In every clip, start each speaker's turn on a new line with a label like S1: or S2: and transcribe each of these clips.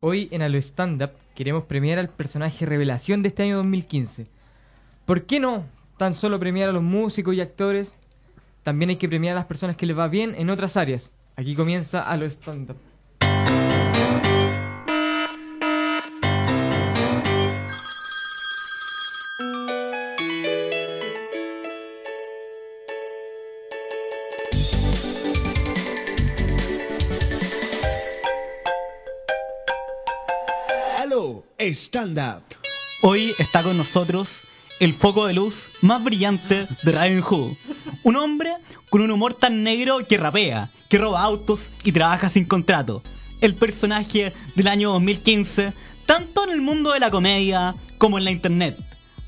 S1: Hoy en Alo Stand Up queremos premiar al personaje revelación de este año 2015. ¿Por qué no tan solo premiar a los músicos y actores? También hay que premiar a las personas que les va bien en otras áreas. Aquí comienza Alo Stand Up.
S2: Aló, stand up.
S3: Hoy está con nosotros el foco de luz más brillante de Ravenhood. Un hombre con un humor tan negro que rapea, que roba autos y trabaja sin contrato. El personaje del año 2015, tanto en el mundo de la comedia como en la internet.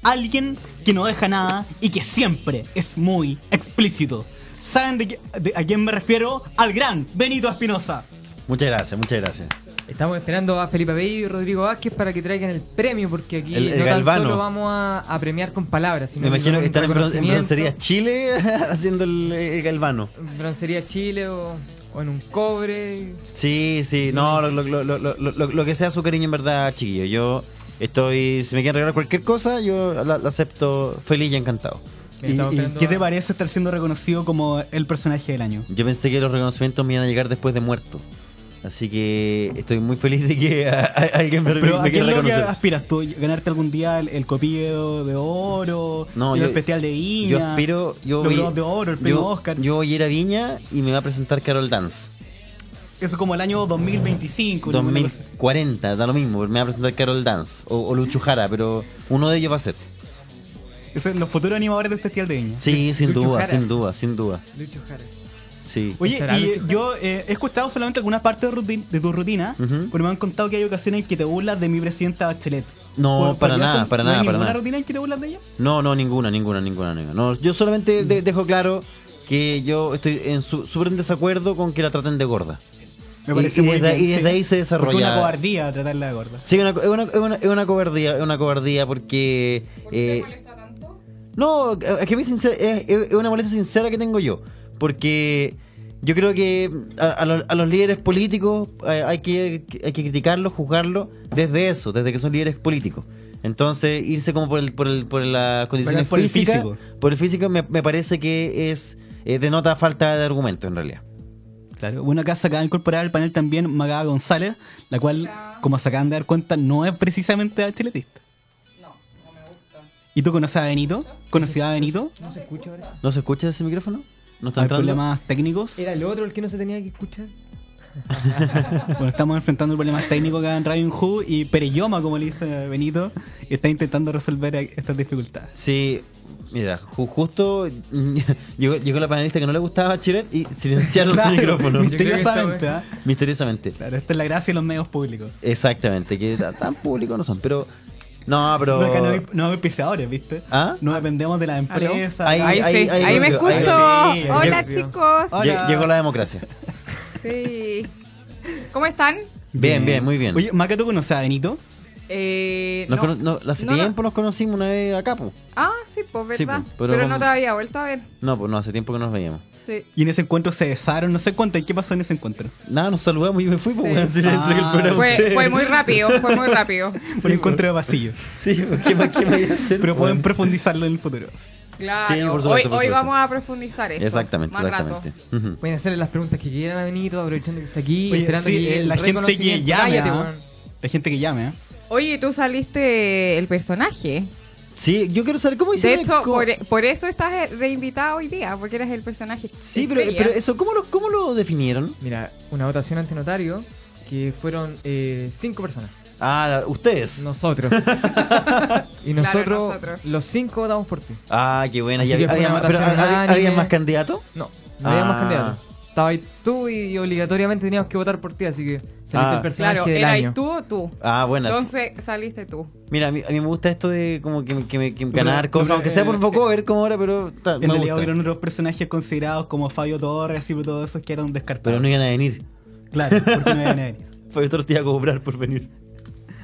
S3: Alguien que no deja nada y que siempre es muy explícito. ¿Saben de, qué- de- a quién me refiero? Al gran Benito Espinosa.
S4: Muchas gracias, muchas gracias.
S1: Estamos esperando a Felipe Abey y Rodrigo Vázquez para que traigan el premio, porque aquí
S4: El- el
S1: no tan
S4: galvano.
S1: solo vamos a, a premiar con palabras, sino
S4: Me imagino
S1: con
S4: que están en, bron- en
S1: reconocimiento,
S4: broncería Chile haciendo el, el galvano.
S1: en Broncería Chile o, o en un cobre.
S4: Sí, sí, no, lo, lo- lo- lo- lo- lo- lo que sea su cariño en verdad, chiquillo. Yo estoy, si me quieren regalar cualquier cosa, yo la, la acepto feliz y encantado.
S1: Mira, estamos esperando
S3: ¿Qué te
S1: a-
S3: parece estar siendo reconocido como el personaje del año?
S4: Yo pensé que los reconocimientos me iban a llegar después de muerto. Así que estoy muy feliz de que a- a- alguien me,
S3: Pero
S4: me
S3: ¿a qué
S4: quiera
S3: es lo que
S4: reconocer.
S3: aspiras tú? ¿Ganarte algún día el, el copillo de oro?
S4: No,
S3: el
S4: yo-
S3: especial de Viña?
S4: Yo aspiro, yo
S3: los
S4: voy,
S3: Globos de Oro, el premio
S4: yo,
S3: Oscar.
S4: yo voy a ir a Viña y me va a presentar Carol Dance.
S3: Eso es como el año 2025. una buena cosa.
S4: 2040, da lo mismo, me va a presentar Carol Dance o, o Lucho Jara, pero uno de ellos va a ser.
S3: Eso es los futuros animadores del festival de Viña.
S4: Sí, sin
S1: Lucho
S4: duda,
S1: Jara.
S4: sin duda, sin duda.
S1: Lucho Jara.
S4: Sí.
S3: Oye,
S1: ¿Será
S3: y
S1: Lucho
S3: eh,
S1: Jara?
S3: yo eh, he escuchado solamente algunas partes de, rutin- de tu rutina,
S4: Ujú.
S3: pero me han contado que hay ocasiones en que te burlas de mi presidenta Bachelet.
S4: No,
S3: ¿Por-
S4: para
S3: por
S4: nada,
S3: cierto,
S4: para
S3: ¿no
S4: nada,
S3: hay
S4: para
S3: ninguna
S4: nada.
S3: rutina en que te burlas de ella?
S4: No, no, ninguna, ninguna, ninguna, ninguna. No, yo solamente
S3: Mm.
S4: de- dejo claro que yo estoy en su- súper en desacuerdo con que la traten de gorda.
S3: Me
S4: Y-
S3: parece
S4: y
S3: muy
S4: desde-
S3: bien,
S4: y desde
S3: sí.
S4: ahí se
S3: Porque es una
S4: desarrolla-
S3: cobardía tratarla de gorda.
S4: Sí, una- es, una, es una- es una cobardía, es una cobardía porque...
S5: ¿Por qué
S4: eh,
S5: te molesta tanto?
S4: No, es que a mí sincer- es, es- es una molestia sincera que tengo yo. Porque yo creo que a, a los, a los líderes políticos eh, hay que, hay que criticarlos, juzgarlos desde eso, desde que son líderes políticos. Entonces, irse como por, el, por, el, por las condiciones
S3: por el
S4: físicas,
S3: físico.
S4: por el físico, me, me parece que es eh, denota falta de argumento en realidad.
S3: Claro, bueno, acá se acaba de incorporar al panel también Magada González, la cual, como se acaban de dar cuenta, no es precisamente bacheletista.
S5: No, no me gusta.
S3: ¿Y tú conoces a Benito? ¿Conocías a Benito?
S5: No se escucha ahora.
S4: ¿No se escucha ese micrófono? ¿No está
S3: Hay
S4: entrando?
S3: problemas técnicos.
S1: ¿Era el otro el que no se tenía que escuchar?
S3: Bueno, estamos enfrentando problemas técnicos acá en Raven Who y Pereyoma, como le dice Benito, está intentando resolver estas dificultades.
S4: Sí, mira, ju- justo llegó, llegó la panelista que no le gustaba a Chiret y silenciaron su
S3: Claro,
S4: micrófono.
S1: Yo creo que esta
S3: Misteriosamente,
S1: vez-
S3: ¿ah?
S4: Misteriosamente.
S3: Claro, esta es la gracia de los medios públicos.
S4: Exactamente, que ta- tan públicos no son, pero. No, pero.
S3: Pero acá no hay, no hay auspiciadores, ¿viste?
S4: ¿Ah?
S3: No dependemos de las
S1: ¿Aló?
S3: empresas.
S4: Ahí-
S5: Ahí, sí, ahí me
S4: volvió, ahí
S5: escucho.
S3: volvió.
S5: Hola
S1: Volvió.
S5: chicos.
S4: Lle-
S3: Hola.
S4: Llegó la democracia.
S5: Sí. ¿Cómo están?
S4: Bien, bien, muy bien.
S3: Oye, Maca, ¿tú conoces a Benito?
S5: Eh,
S4: Nos
S5: no.
S4: cono- no, hace
S5: No, no.
S4: tiempo nos conocimos una vez acá, po.
S5: Ah, sí, pues
S4: Sí,
S5: verdad.
S4: pues, pero
S5: pero no
S4: vamos-
S5: te había vuelto a ver.
S4: No, pues no, hace tiempo que no nos veíamos.
S5: Sí.
S3: Y en ese encuentro se besaron, no sé cuánto. ¿Y qué pasó en ese encuentro?
S4: Nada, nos saludamos y yo me fui, po,
S5: Sí.
S4: weón, si le entregué el
S3: Ah.
S4: programa a
S5: Fue,
S4: ustedes.
S5: fue muy rápido, fue muy rápido.
S3: Por encuentro de pasillo.
S4: Sí, pues, ¿qué más- qué más iba a hacer,
S3: Pero pueden
S4: weón?
S3: profundizarlo en el futuro.
S5: Claro.
S4: Sí, por
S5: hoy,
S4: supuesto, por
S5: hoy
S4: supuesto.
S5: vamos a profundizar eso.
S4: Exactamente,
S5: Más rato.
S4: exactamente. Ujú.
S1: Pueden hacerle las preguntas que quieran a Benito, aprovechando que está aquí,
S3: Oye,
S1: esperando
S3: sí,
S1: que
S3: eh,
S1: llegue el
S3: la gente que
S1: reconocimiento.
S3: llame.
S1: Cállate,
S3: ¿ah?
S1: weón.
S3: La gente que llame, ¿eh?
S5: Oye, tú saliste el personaje.
S4: Sí, yo quiero saber cómo
S5: De
S4: hicieron. el
S5: hecho,
S4: co-
S5: por, por eso estás reinvitado hoy día, porque eres el personaje.
S4: Sí, pero,
S5: estrella.
S4: pero eso, ¿cómo lo, ¿cómo lo definieron?
S1: Mira, una votación ante notario que fueron eh, cinco personas.
S4: Ah, ustedes.
S1: Nosotros. y nosotros,
S5: nosotros.
S1: los cinco votamos por ti.
S4: Ah, qué buena.
S1: Así
S4: ¿Y
S1: que
S4: había,
S1: fue una
S4: había- pero
S1: votación
S4: había-
S1: unánime.
S4: había más candidatos?
S1: No, no había más
S4: Ah.
S1: candidatos. Estaba ahí tú y obligatoriamente teníamos que votar por ti, así que saliste
S4: Ah.
S1: el personaje
S5: Claro,
S1: del
S5: era
S1: año.
S5: tú o tú.
S4: Ah, buena.
S5: Entonces saliste tú.
S4: Mira, a mí, a mí me gusta esto de como que, que me- que
S3: Pero-
S4: ganar cosas,
S3: pero,
S4: aunque sea
S3: eh,
S4: por poco ver como ahora, pero ta, me
S3: En realidad
S4: gusta.
S3: hubieron otros personajes considerados como Fabio Torres y todo eso que eran descartados.
S4: Pero no iban a venir.
S3: Claro, porque no iban a venir.
S4: Fabio Torres te iba a cobrar por venir.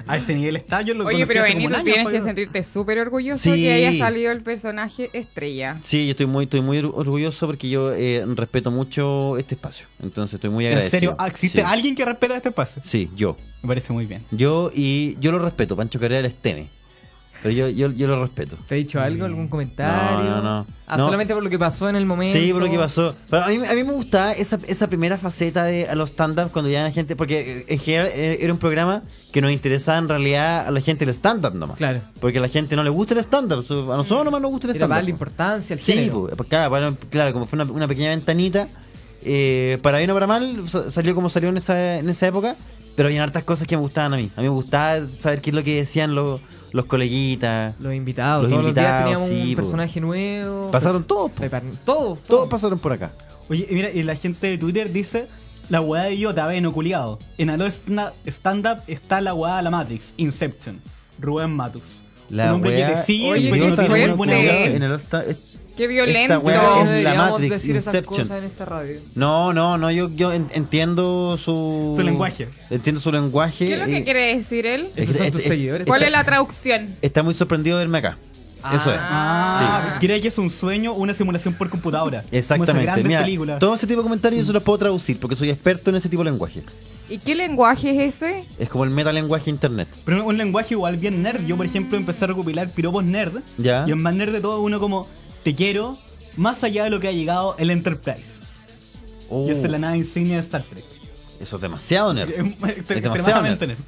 S3: A ese nivel está, yo lo
S5: Oye,
S3: conocí
S5: pero
S3: hace como
S5: Benito,
S3: un año,
S5: tienes
S3: Pablo.
S5: que sentirte súper orgulloso
S4: Sí.
S5: que haya salido el personaje estrella.
S4: Sí, yo estoy muy, estoy muy orgulloso porque yo eh, respeto mucho este espacio. Entonces estoy muy
S3: En
S4: agradecido.
S3: serio, ah, ¿existe
S4: Sí.
S3: alguien que respeta este espacio?
S4: Sí, yo.
S3: Me parece muy bien.
S4: Yo y yo lo respeto, Pancho Carrera es teme. Pero yo, yo, yo lo respeto.
S1: ¿Te ha dicho algo? ¿Algún comentario?
S4: Mm. No, no, no.
S1: Ah,
S4: No.
S1: solamente por lo que pasó en el momento.
S4: Sí, por lo que pasó. Pero a mí, a mí me gustaba esa, esa primera faceta de a los stand-up cuando llegan la gente, porque eh, en general eh, era un programa que nos interesaba en realidad a la gente el stand-up nomás.
S1: Claro.
S4: Porque a la gente no le gusta el stand-up, su- a nosotros nomás nos gusta el
S1: Era para
S4: stand-up.
S1: darle importancia al
S4: Sí, pues.
S1: género.
S4: po, claro, para- claro, como fue una, una pequeña ventanita, eh, para bien o para mal, sa- salió como salió en esa, en esa época, pero había hartas cosas que me gustaban a mí. A mí me gustaba saber qué es lo que decían los, los coleguitas.
S1: Los invitados.
S4: Los
S1: Todos
S4: invitados,
S1: los días teníamos
S4: sí, pues.
S1: un
S4: po.
S1: personaje nuevo.
S4: Pasaron todos, po.
S1: Preparan- Todos.
S4: todos pasaron por acá.
S3: Oye, y mira, y la gente de Twitter dice: La weá de idiota, ven, culiado. En Aló Stand- Stand-Up está la weá de la Matrix, Inception, Rubén Matus.
S4: La
S3: un hombre que
S4: wea-
S3: te sigue,
S5: Oye,
S3: pero
S5: qué
S3: no tiene
S5: fuerte.
S3: muy buena idea.
S4: En el hosta- es-
S5: Qué violento.
S4: Esta wea
S1: No
S4: es la
S1: deberíamos
S4: Matrix,
S1: eh, decir esas
S4: Inception.
S1: cosas en esta radio.
S4: No, no, no, yo, yo en- entiendo su...
S3: Su lenguaje.
S4: Entiendo su lenguaje.
S5: ¿Qué es lo que
S4: eh,
S5: quiere decir él?
S4: Es-
S1: Esos son
S4: es-
S1: tus
S4: es-
S1: seguidores.
S5: ¿Cuál
S4: esta-
S5: es la traducción?
S4: Está muy sorprendido de verme acá. Eso es.
S3: Ah,
S5: Sí.
S3: cree que es un sueño, una simulación por computadora. Como esas
S4: Exactamente.
S3: grandes
S4: Mira,
S3: películas.
S4: todo ese tipo de comentarios yo se los puedo traducir porque soy experto en ese tipo de lenguaje.
S5: ¿Y qué lenguaje es ese?
S4: Es como el metalenguaje internet.
S3: Pero un lenguaje igual bien nerd. Yo, por ejemplo, empecé a recopilar piropos nerd.
S4: Ya.
S3: Y el más nerd de todo, uno como, te quiero, más allá de lo que ha llegado el Enterprise.
S4: Oh,
S3: Y esa es la nave insignia de Star Trek.
S4: eso es demasiado nerd.
S3: Es- es-
S4: demasiado
S3: extremadamente nerd.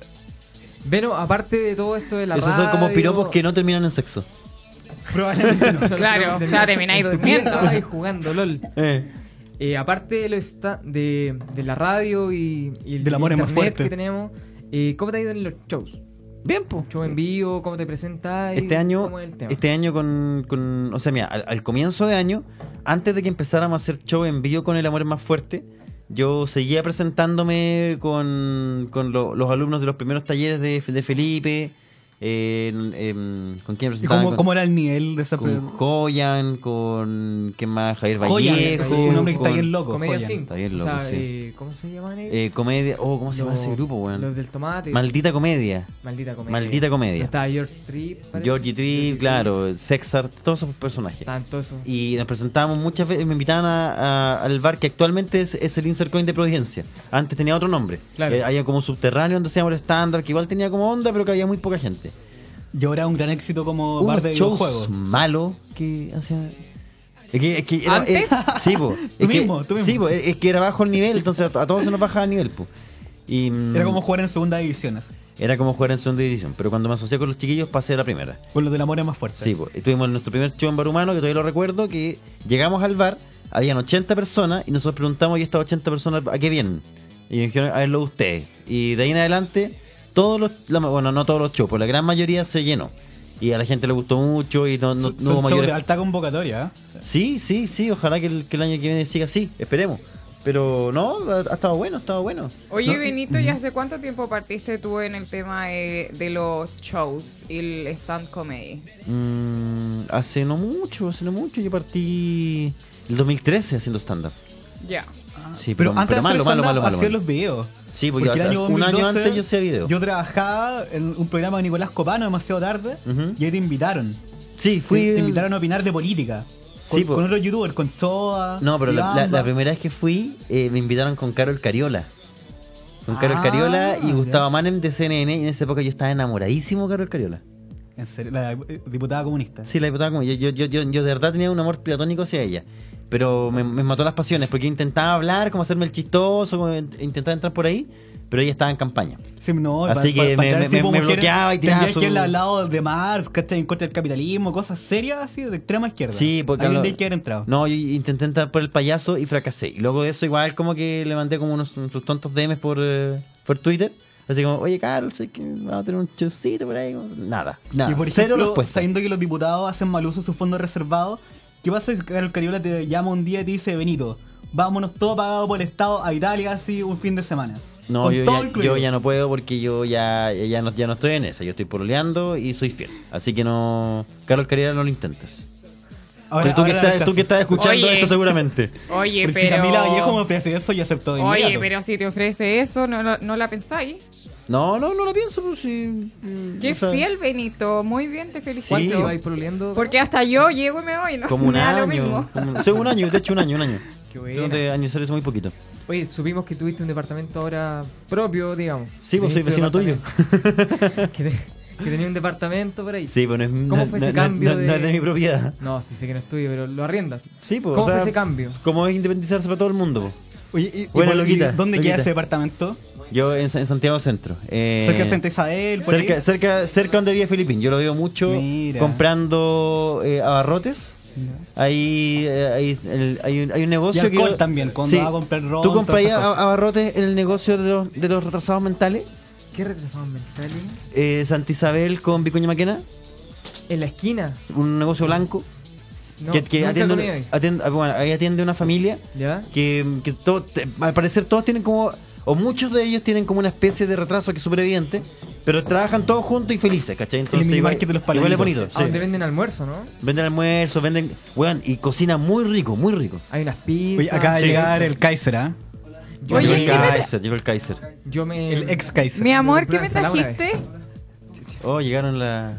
S1: Bueno, aparte de todo esto de la
S4: Esos son
S1: radio-
S4: como piropos que no terminan en sexo.
S3: Probablemente no.
S5: Claro, o sea, termináis
S1: en tu
S5: durmiendo.
S1: pieza y jugando LOL. Eh, aparte de, lo esta- de, de la radio y, y el
S3: Del amor es más
S1: internet
S3: fuerte.
S1: que tenemos, eh, ¿cómo te ha ido en los shows?
S4: Bien, pues.
S1: ¿Show en vivo? ¿Cómo te presentas?
S4: Este año,
S1: ¿Cómo es el tema?
S4: este año con, con- O sea, mira, al, al comienzo de año, antes de que empezáramos a hacer show en vivo con El Amor es Más Fuerte, yo seguía presentándome con, con lo- los alumnos de los primeros talleres de, de Felipe. en- en- ¿Con
S3: ¿Y
S4: quién presentaba?
S3: cómo,
S4: Con-
S3: cómo era el nivel de esa
S4: con
S3: pregunta?
S4: Joyan, con ¿qué más? Javier
S3: Joyan,
S4: Vallejo,
S3: un hombre que está
S4: con-
S3: bien loco.
S1: Comedia
S3: Joyan.
S1: 5.
S4: Está bien loco,
S1: o sea,
S4: sí.
S1: eh, ¿Cómo se llaman ellos?
S4: eh, comedia, oh, ¿cómo se llama
S1: Los-
S4: ese grupo, weón?
S1: Los del tomate.
S4: Maldita comedia.
S1: Maldita comedia.
S4: Maldita comedia.
S1: Está George Tripp. parece.
S4: Georgie Tree, claro, Sexart, todos esos personajes.
S1: Están todos esos.
S4: Y nos presentábamos muchas veces, me invitaban a- a- al bar que actualmente es, es el Insert Coin de Providencia. Antes tenía otro nombre.
S1: Claro.
S4: Eh, había como un subterráneo donde hacíamos el estándar, que igual tenía como onda, pero que había muy poca gente.
S3: Y ahora un gran éxito como
S4: Hubo
S3: bar de
S4: shows
S3: videojuegos.
S4: malos que hacían. Es que, es que era,
S5: ¿Antes?
S4: es- sí, po, es
S3: Tú
S4: que-
S3: mismo, tú mismo.
S4: sí, po, es es que era bajo el nivel, entonces a, a todos se nos bajaba el nivel. po. Y, mm,
S3: Era como jugar en segunda división. así.
S4: era como jugar en segunda división, pero cuando me asocié con los chiquillos pasé a la primera.
S3: Con lo del amor es más fuerte.
S4: Sí, po, y tuvimos nuestro primer show en Bar Humano, que todavía lo recuerdo, que llegamos al bar, habían 80 personas y nosotros preguntamos, ¿y estas 80 personas a qué vienen? Y nos dijeron, a verlo ustedes. Y de ahí en adelante, todos los, la- bueno, no todos los shows, pero la gran mayoría se llenó. Y a la gente le gustó mucho y no, no-
S3: Son-
S4: no hubo
S3: son shows de
S4: mayores
S3: alta convocatoria. ¿eh?
S4: Sí, sí, sí, ojalá que el, que el año que viene siga así, esperemos. Pero no, ha, ha estado bueno, ha estado bueno.
S5: Oye,
S4: No,
S5: Benito, ¿y hace cuánto tiempo partiste tú en el tema eh, de los shows y el stand comedy?
S4: mm, hace no mucho, hace no mucho, yo partí el 2013 haciendo stand-up.
S5: Ya.
S4: Sí,
S3: Pero,
S4: pero,
S3: antes
S4: pero
S3: de hacer
S4: malo, malo,
S3: stand-up,
S4: malo, malo,
S3: hacía
S4: malo.
S3: los videos.
S4: Sí, porque
S3: el
S4: hace-
S3: año
S4: un año
S3: 2012
S4: antes yo hacía video.
S3: Yo trabajaba en un programa de Nicolás Copano demasiado tarde
S4: Ujú.
S3: y ahí te invitaron.
S4: Sí, fui...
S3: te, te invitaron a opinar de política. Con,
S4: Sí, po.
S3: con otro youtuber, con Toa.
S4: No, pero la, la-
S3: Gamba.
S4: la primera vez que fui eh, me invitaron con Carol Cariola. Con Carol
S3: Ah,
S4: Cariola y
S3: ya.
S4: Gustavo Manem de CNN y en esa época yo estaba enamoradísimo de Carol Cariola.
S3: En serio, la eh, diputada comunista.
S4: Sí, la diputada como yo, yo, yo, yo, yo de verdad tenía un amor platónico hacia ella. Pero me, me mató las pasiones porque intentaba hablar, como hacerme el chistoso, como in- intentaba entrar por ahí, pero ella estaba en campaña.
S3: Sí, no,
S4: Así que me-
S3: entrar
S4: me-
S3: al tipo
S4: me- me
S3: mujer,
S4: bloqueaba y
S3: tendría
S4: tiraba su-
S3: que haberle hablado de Marx, que está en contra del capitalismo, cosas serias así, de extrema izquierda.
S4: Sí, porque
S3: Ahí
S4: lo-
S3: tendría que haber entrado.
S4: No, yo intenté entrar por el payaso y fracasé. Y luego de eso igual como que le mandé como unos, unos tontos DMs por, eh, por Twitter. Así como, oye Carol, sé que vamos a tener un chocito por ahí. Nada, nada.
S3: y por
S4: cero
S3: ejemplo,
S4: respuesta.
S3: sabiendo que los diputados hacen mal uso de sus fondos reservados, ¿qué pasa si Carol Cariola te llama un día y te dice, Benito, vámonos todo pagado por el Estado a Italia así un fin de semana?
S4: No,
S3: Con
S4: yo
S3: todo
S4: ya,
S3: incluido.
S4: yo ya no puedo porque yo ya, ya, no, ya no estoy en esa. Yo estoy poroleando y soy fiel. Así que no, Carol Carrera, no lo intentes.
S3: Ahora-
S4: tú, que
S3: ahora
S4: estás,
S3: lo
S4: tú que estás escuchando
S5: Oye.
S4: esto seguramente.
S5: Oye,
S3: Porque si
S5: pero.
S3: Camila Vallejo me ofrece eso, yo acepto de inmediato.
S5: Oye, pero si te ofrece eso, no, no, no la pensáis.
S4: No, no, no lo pienso. Pues, sí, mm,
S5: Qué
S4: o sea,
S5: fiel, Benito. Muy bien, te felicito.
S1: ¿Cuánto vais pololeando?
S5: Porque hasta yo llego y me voy, ¿no?
S4: Como un
S5: Me da
S4: año.
S5: lo mismo.
S4: como- sí, un año, de hecho un año, un año.
S1: Qué buena.
S4: Yo de aniversario soy muy poquito.
S1: Oye, supimos que tuviste un departamento ahora propio, digamos.
S4: Sí, vos soy
S1: Tuviste
S4: vecino
S1: un
S4: tuyo.
S1: departamento. que, te- que tenía un departamento por ahí.
S4: Sí, pero no es,
S1: ¿Cómo
S4: no-
S1: fue ese
S4: no- no-
S1: cambio
S4: no- no es de
S1: de-
S4: mi propiedad.
S1: No, sí sé que no es tuyo, pero lo arrendas.
S4: Sí, pues,
S1: ¿Cómo
S4: o sea,
S1: fue ese cambio?
S4: Como es independizarse para todo el mundo. po.
S3: Oye, y- y
S4: Buena
S3: por-
S4: loquita,
S3: y ¿Dónde
S4: loquita.
S3: queda ese departamento?
S4: Yo en, Sa- en Santiago Centro. eh,
S3: Cerca de Santa Isabel, por
S4: cerca,
S3: ahí.
S4: cerca, cerca donde vive Filipín. Yo lo veo mucho
S3: Mira.
S4: comprando eh, abarrotes. Ahí, eh, ahí- el- hay, un, hay un negocio
S3: Y alcohol
S4: que-
S3: también, cuando va a comprar ron,
S4: ¿Tú
S3: todas
S4: compras
S3: esas
S4: a-
S3: cosas.
S4: abarrotes en el negocio de los, de los retrasados mentales?
S1: ¿Qué retrasados mentales?
S4: Eh, Santa Isabel con Vicuña Maquena.
S1: En la esquina.
S4: Un negocio blanco.
S1: No,
S4: que, que
S1: nunca
S4: atiende,
S1: comí ahí.
S4: atiende- ah, bueno, ahí atiende una familia
S1: ¿Ya?
S4: que, que todo- te- al parecer todos tienen como, o muchos de ellos tienen como una especie de retraso que es súper evidente, pero trabajan todos juntos y felices, ¿cachai? Entonces,
S3: mini
S4: igual,
S3: market de los Ah,
S4: igual es
S3: paletitos.
S1: A
S4: bonito. sí.
S1: donde venden almuerzo, ¿no?
S4: Venden almuerzos, venden, weón, y cocina muy rico, muy rico.
S1: Hay unas pizzas.
S3: Oye, acaba de
S4: Sí.
S3: llegar el Kaiser, ¿ah?
S1: Yo,
S5: Oye,
S4: llegó el
S5: ¿qué me-
S4: Kaiser, llegó el Kaiser.
S1: yo me.
S3: El ex Kaiser.
S5: Mi amor, ¿qué
S1: Compré
S5: me
S1: una ensalada una
S5: trajiste?
S4: Oh, llegaron las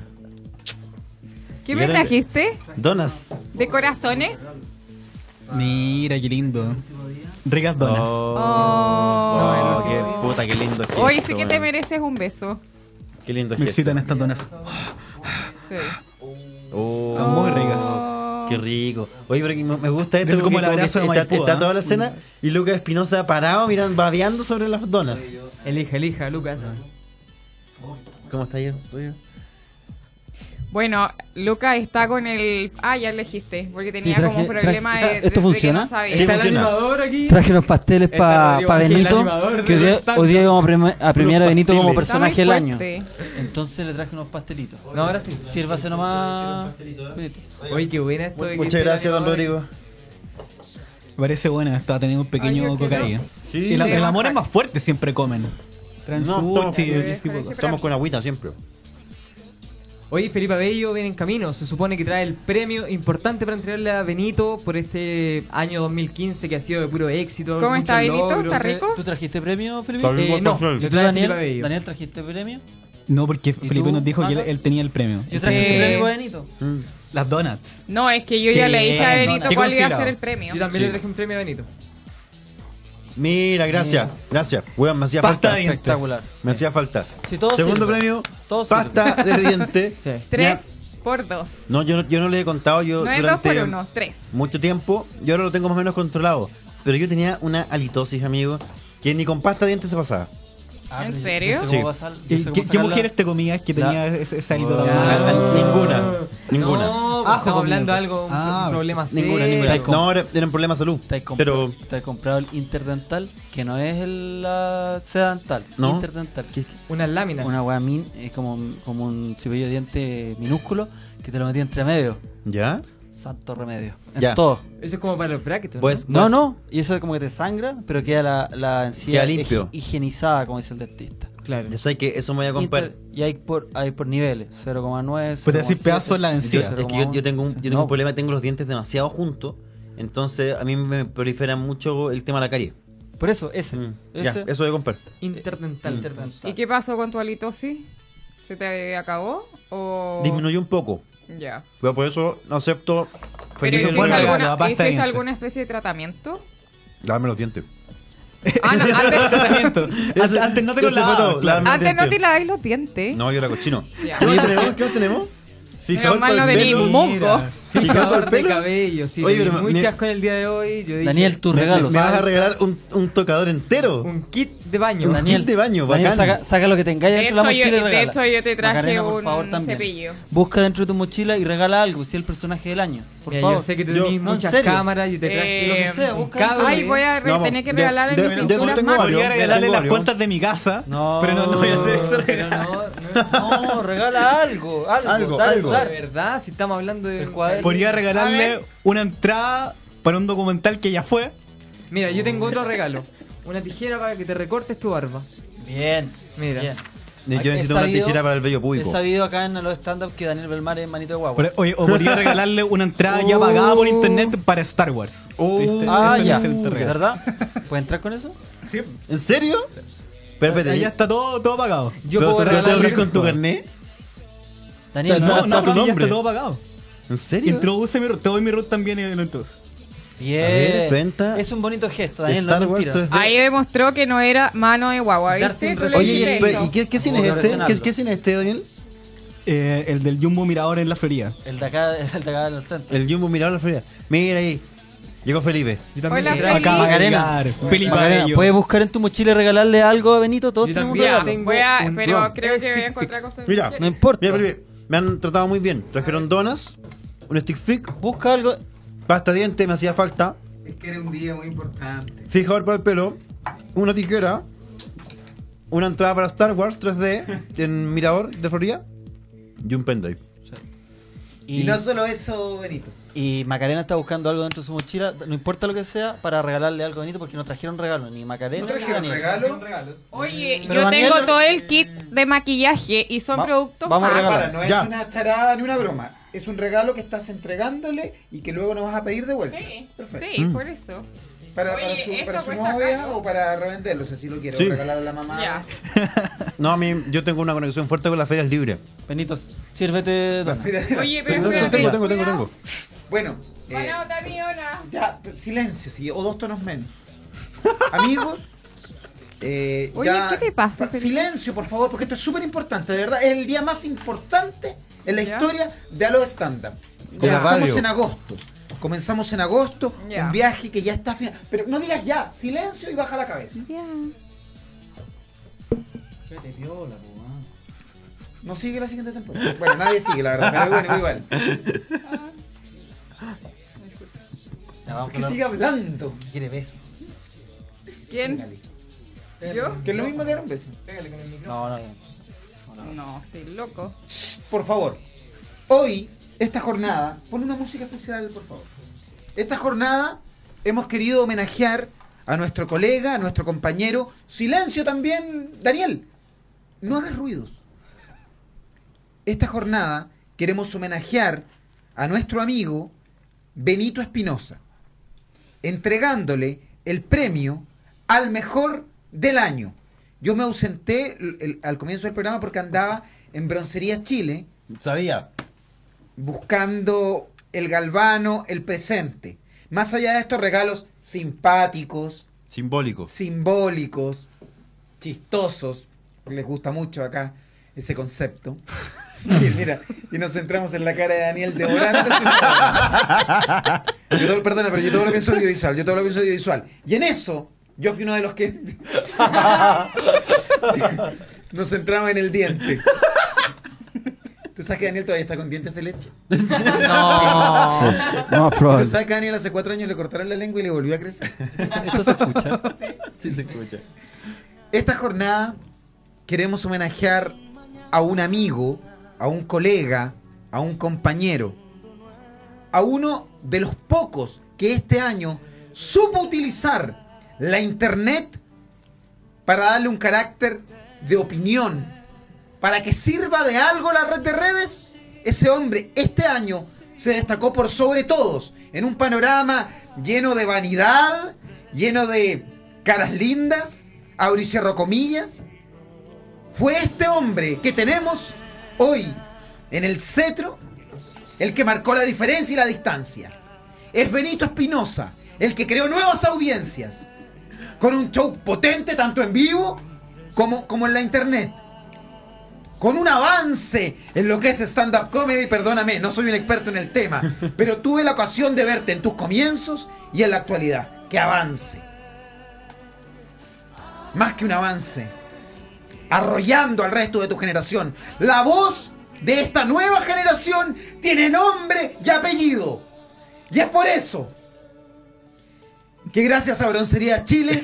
S5: ¿Qué me
S4: Llegaron-
S5: trajiste?
S4: donas.
S5: ¿De corazones?
S3: Mira, qué lindo. Ricas donas.
S4: Oh,
S5: Oh.
S4: qué puta, qué lindo. gesto,
S5: Hoy sí que te
S4: weón.
S5: mereces un beso.
S4: Qué lindo
S3: Me
S4: gesto.
S3: excitan estas donas.
S5: Sí.
S4: Oh.
S3: Están muy ricas.
S5: Oh.
S4: Qué rico. Oye, pero que me me gusta esto.
S3: Es como
S4: porque
S3: el abrazo
S4: que
S3: de
S4: está,
S3: Maipú,
S4: está
S3: ¿ah?
S4: toda la cena y Lucas Espinosa parado, miran, babeando sobre las donas.
S1: Elija, elija, Lucas.
S4: ¿Cómo está ayer?
S5: Bueno, Luca está con el. Ah, ya elegiste. Porque tenía
S6: traje-
S5: como un problema
S6: traje-
S5: de.
S6: ¿esto
S5: de- de
S6: funciona?
S5: que no sabía.
S4: Sí,
S1: Está el
S4: funciona.
S1: animador aquí.
S6: Traje los pasteles
S4: Este
S1: Está
S6: para
S1: Rodrigo
S6: pa
S1: Ángel, el
S6: Benito.
S1: animador
S6: Que hoy
S1: del
S6: día,
S1: stand.
S6: hoy día íbamos a, prema- a premiar a Benito como
S4: pasteles.
S5: Está muy
S6: personaje del año.
S5: fuerte.
S6: Entonces le traje unos pastelitos.
S1: No, ahora sí.
S6: Sírvase nomás. Benito.
S1: Oye, qué buena esto de que
S4: Muchas
S1: esté el
S4: gracias, don
S1: animador
S4: Rodrigo.
S3: Parece buena, está teniendo un
S5: Ay,
S3: pequeño
S5: yo quiero-
S3: cocaína.
S4: Sí.
S3: El,
S5: Sí,
S3: el
S5: vamos
S3: amor
S5: a-
S3: es más fuerte, siempre comen. Traen
S4: No,
S3: sushi,
S4: estamos-
S3: ese tipo de cosas.
S4: Estamos con agüita siempre.
S1: Oye, Felipe Abello viene en camino. Se supone que trae el premio importante para entregarle a Benito por este año 2015 que ha sido de puro éxito.
S5: ¿Cómo está
S1: muchos
S5: Benito?
S1: logros.
S5: ¿Está rico?
S6: ¿Tú trajiste premio, Felipe?
S4: Pablo.
S1: Eh, no,
S4: ¿Y
S1: yo traje a
S6: ¿Y tú,
S1: Felipe
S6: Daniel?
S1: Abello.
S6: ¿Daniel trajiste premio?
S3: No, porque Felipe
S6: tú,
S3: nos dijo que él,
S6: Paco?
S3: él tenía el premio.
S6: Yo traje
S5: Sí.
S6: el premio para Benito.
S4: Mm.
S3: Las donuts.
S5: No, es que yo ya
S3: Sí,
S5: le dije a
S3: no,
S5: Benito
S3: no.
S5: cuál iba a
S3: Qué
S5: ser el
S3: considerado.
S5: premio.
S1: Yo también le traje un premio a Benito.
S4: Mira, gracias. Gracias. Weón, me hacía
S3: Pasta
S4: falta.
S3: de dientes.
S6: Espectacular.
S4: Me hacía falta.
S6: Sí, todo
S4: Segundo
S6: sirve.
S4: premio,
S6: Todo sirve.
S4: pasta de dientes.
S1: Sí.
S5: Tres por dos.
S4: No, yo no, yo no les he contado. Yo
S5: No es dos
S4: durante
S5: por uno, tres.
S4: mucho tiempo, yo ahora lo tengo más o menos controlado. Pero yo tenía una halitosis, amigo, que ni con pasta de dientes se pasaba.
S5: ¿En
S6: Ah, pero yo-
S5: serio?
S6: Yo sé
S4: Sí.
S6: cómo pasar, yo
S3: ¿Qué,
S6: sé cómo
S3: qué- qué
S6: sacarla.
S3: mujeres te comías que
S6: La-
S3: tenía ese, ese alito
S6: Oh.
S3: tan
S4: Ah,
S3: malo?
S1: no.
S4: Ninguna. Ninguna.
S1: No, pues
S3: Ajo
S1: estamos
S3: con
S1: hablando de
S3: Benito.
S1: algo, un
S3: Ah,
S1: pro- problema serio.
S4: Ninguna, ninguna.
S6: Está
S4: No, era, era un problema de salud.
S6: Te has comprado,
S4: Pero
S6: te has comprado el interdental, que no es el, la seda dental.
S4: No.
S6: Interdental.
S1: Unas láminas.
S6: Una wea min, es como, como un cepillo de diente minúsculo que te lo metí entre medio.
S4: ¿Ya?
S6: Santo remedio. En
S4: Ya.
S6: todo.
S1: Eso es como para los brackets.
S4: Pues,
S1: ¿no?
S6: No, no. Y eso como que te sangra, pero queda la, la encía
S4: Queda limpio.
S6: hig- higienizada, como dice el dentista.
S1: Claro.
S4: Ya sé que eso me voy a comprar.
S6: Inter- y hay por, hay por niveles, 0,9.
S3: Pues te haces pedazos en la
S4: Yo-
S3: encía.
S4: es que yo, yo tengo, un, yo tengo un problema, tengo los dientes demasiado juntos. Entonces a mí me prolifera mucho el tema de la carie.
S6: Por eso, ese.
S4: Mm, Ya,
S6: ese.
S4: eso voy a comprar.
S1: Interdental.
S6: Interdental.
S5: ¿Y qué pasó con tu halitosis? ¿Se te acabó? ¿O...
S4: Disminuyó un poco.
S5: Ya.
S4: Pero por eso no acepto
S5: ¿Pero
S4: feliz
S5: hiciste
S4: el
S3: bueno,
S4: regalo.
S3: la
S5: alguna,
S3: pasta de
S5: hiciste
S3: dientes.
S5: alguna especie de tratamiento?
S4: Lávame los dientes.
S5: Ah, no, antes,
S3: Antes, antes no te lo
S4: Ese fue todo,
S3: lavabas. claro.
S4: lávame los
S5: antes no te
S4: dientes.
S5: laváis los dientes.
S4: No, yo era cochino.
S5: Ya.
S4: ¿Qué más tenemos? ¿Qué más tenemos?
S5: Pero
S4: Fijador
S5: mal
S4: para
S5: no
S4: el
S5: de
S4: pelo.
S5: ningún moco.
S1: Fijador
S4: por
S1: de
S4: pelo.
S1: cabello, sí.
S4: Oye,
S1: Oye,
S4: pero
S1: muy
S4: me-
S1: chasco en el día de hoy. Yo dije,
S6: Daniel, tus
S4: Me-
S6: regalos.
S4: Me, vas a regalar un, un tocador entero.
S1: Un kit de baño.
S6: Daniel,
S4: kit de baño,
S6: Daniel,
S4: bacán.
S6: saca, saca lo que tengáis
S5: De
S6: dentro de la
S5: hecho, yo,
S6: mochila y
S5: de
S6: regala.
S5: hecho, yo te traje
S6: Macarena, por
S5: un
S6: favor, también.
S5: cepillo.
S6: Busca dentro de tu mochila y regala algo, si es el personaje del año. Por
S1: Mira,
S6: favor.
S1: yo sé que tú
S4: Yo-
S1: tenés
S6: no, en
S1: muchas
S6: serio.
S1: cámaras y te traje
S5: Eh,
S1: lo que sea.
S6: un
S1: un cable.
S5: Ay, voy a re-
S4: No,
S5: tener que
S4: de-
S5: regalarle
S4: de-
S5: mis
S4: de- de-
S5: pinturas
S4: tengo
S5: más.
S4: varios.
S3: Podría regalarle
S4: tengo
S3: las
S4: varios.
S3: cuentas de mi casa,
S6: No.
S3: pero no, no voy a hacer eso.
S1: Pero no, no,
S6: No, regala algo, algo,
S4: Algo,
S6: dale,
S4: algo.
S1: de
S6: dale.
S1: verdad, si estamos hablando de...
S6: El cuaderno.
S3: Podría
S5: A
S3: regalarle
S5: ver.
S3: una entrada para un documental que ya fue.
S1: Mira, yo tengo otro regalo. Una tijera para que te recortes tu barba.
S6: Bien,
S1: Mira.
S6: bien.
S4: Yo necesito una tijera para el vello
S6: He
S4: público.
S6: sabido acá en los stand-up que Daniel Belmar es manito de guagua.
S3: Pero, oye, o podría regalarle una entrada ya pagada por internet para Star Wars.
S4: uh,
S3: ¿Viste?
S6: ah,
S4: este
S3: Ese
S6: ya.
S3: es el terreno.
S6: ¿Verdad? ¿Puede entrar con eso?
S4: ¿En serio? Pero espérate,
S3: Ahí ya
S4: ¿pero
S3: está todo, todo pagado.
S1: Yo
S4: pero
S1: puedo
S4: te vas a
S1: regalarle-
S4: abrir con tu carnet?
S6: Daniel,
S4: No,
S6: no.
S4: no. está tu
S3: ya
S4: nombre.
S3: está todo pagado.
S4: ¿En serio?
S3: Introduce mi root, te doy mi root también y lo introduce.
S4: A
S6: Bien.
S4: ver, cuenta.
S6: Es un bonito gesto, Daniel, no
S4: Star
S6: es
S4: Wars
S6: mentira.
S4: 3D.
S5: Ahí demostró que no era mano de guagua,
S1: Darse
S5: ¿viste?
S1: un
S5: Tú le
S1: respeto.
S4: Oye, ¿y,
S5: dijiste
S4: pe-
S5: eso.
S4: ¿y qué, qué cine
S6: Como
S4: es este?
S6: relacionarlo.
S4: ¿Qué, qué cine es este, Daniel?
S3: Eh, el del Jumbo Mirador en la feria.
S6: El de acá, el de acá del centro.
S4: El Jumbo Mirador la Feria. Mira ahí. Llegó Felipe.
S1: Yo también
S5: Hola, Felipe.
S1: le traigo-
S3: Acaba de
S6: Macarena.
S3: llegar. Felipe
S6: Macarena,
S3: Abello.
S6: ¿Puedes buscar en tu mochila y regalarle algo a Benito? Todos
S1: Yo
S6: tenemos un
S1: también.
S6: regalo.
S1: Tengo
S5: Voy a-
S1: un
S5: pero
S1: blog.
S5: creo que voy a
S1: Stick
S5: encontrar
S1: fix.
S5: cosas.
S4: Mira.
S6: No importa.
S4: Mira, Felipe. Me han tratado muy bien. Trajeron donas, un stick fix,
S6: Busca algo.
S4: pasta de diente, me hacía falta.
S7: Es que era un día muy importante.
S4: Fijador para el pelo, una tijera, una entrada para Star Wars 3D en Mirador de Florida y un pendrive.
S7: Y,
S6: Y,
S7: no solo eso, Benito.
S6: y Macarena está buscando algo dentro de su mochila, no importa lo que sea, para regalarle algo a Benito porque no trajeron regalo, ni Macarena.
S7: ¿No
S6: ni
S7: trajeron
S6: Daniel.
S7: regalo?
S5: Oye,
S6: Mm. Pero
S5: yo
S6: Daniel
S5: tengo
S6: no-
S5: todo el kit de maquillaje y son
S6: Va-
S5: productos
S6: vamos
S5: más.
S6: a
S7: Ah,
S6: regalar.
S7: para, no es
S4: Ya.
S7: una charada ni una broma. Es un regalo que estás entregándole y que luego nos vas a pedir de vuelta.
S5: Sí,
S7: Perfecto.
S6: Mm.
S5: sí, por eso.
S7: Para,
S5: Oye,
S7: para su,
S5: esto
S7: para su
S5: cuesta
S7: novia
S5: acá, ¿no?
S7: o para revenderlo, o sea, si lo quieres.
S4: Sí.
S7: o regalar a la mamá.
S5: Ya.
S4: No, a mí yo tengo una conexión fuerte con las ferias libres.
S6: Benito, sírvete dona.
S5: Oye,
S4: Sí,
S5: pero
S4: tengo, tengo, tengo, tengo,
S5: cuidado.
S4: tengo.
S7: Bueno, eh,
S5: Van a botar mi hora.
S7: ya, pero silencio, sí, o dos tonos menos. Amigos. eh,
S5: Oye,
S7: ya-
S5: ¿qué te pasa,
S7: fa-
S5: Felipe?
S7: Silencio, por favor, porque esto es súper importante, de verdad. Es el día más importante en la
S5: Ya.
S7: historia de Alo Stand Up.
S4: De la
S7: Comenzamos
S4: radio.
S7: en agosto. Comenzamos en agosto,
S5: Ya.
S7: un viaje que ya está final. Pero no digas ya, silencio y baja la cabeza.
S5: Ya.
S6: ah.
S7: No sigue la siguiente temporada. Bueno, nadie sigue, la verdad, pero bueno, igual.
S5: Ah,
S6: Ya, vamos
S7: Que
S6: con la-
S7: sigue hablando.
S6: ¿Quiere beso?
S5: ¿Quién? ¿Yo?
S7: Que es lo mismo que dar un beso.
S6: No, no, no.
S5: No, estoy loco.
S7: Por favor, hoy, esta jornada, pon una música especial, por favor. Esta jornada hemos querido homenajear a nuestro colega, a nuestro compañero. Silencio también, Daniel. No hagas ruidos. Esta jornada queremos homenajear a nuestro amigo Benito Espinosa, entregándole el premio al mejor del año. Yo me ausenté el- el- al comienzo del programa porque andaba en Broncería Chile
S4: Sabía.
S7: buscando el galvano, el presente. Más allá de estos regalos simpáticos,
S4: Simbólico.
S7: simbólicos, chistosos. Les gusta mucho acá ese concepto. Y mira, y nos centramos en la cara de Daniel de volante. Yo todo, perdona, pero yo todo lo pienso audiovisual, yo todo lo pienso audiovisual. Y en eso, yo fui uno de los que nos centramos en el diente. ¿Tú sabes que Daniel todavía está con dientes de leche?
S1: No.
S6: No,
S7: ¿Tú
S6: probable.
S7: sabes que a Daniel hace cuatro años le cortaron la lengua y le volvió a crecer?
S6: Esto se escucha.
S7: Sí se escucha. Esta jornada queremos homenajear a un amigo, a un colega, a un compañero, a uno de los pocos que este año supo utilizar la internet para darle un carácter de opinión, para que sirva de algo la red de redes. Ese hombre este año se destacó por sobre todos en un panorama lleno de vanidad, lleno de caras lindas, abro y cierro comillas. Fue este hombre que tenemos hoy en el cetro el que marcó la diferencia y la distancia. Es Benito Espinosa, el que creó nuevas audiencias con un show potente tanto en vivo como, como en la internet. Con un avance en lo que es stand-up comedy, perdóname, no soy un experto en el tema, pero tuve la ocasión de verte en tus comienzos y en la actualidad. Que avance. Más que un avance, arrollando al resto de tu generación. La voz de esta nueva generación tiene nombre y apellido. Y es por eso que gracias a Broncería Chile.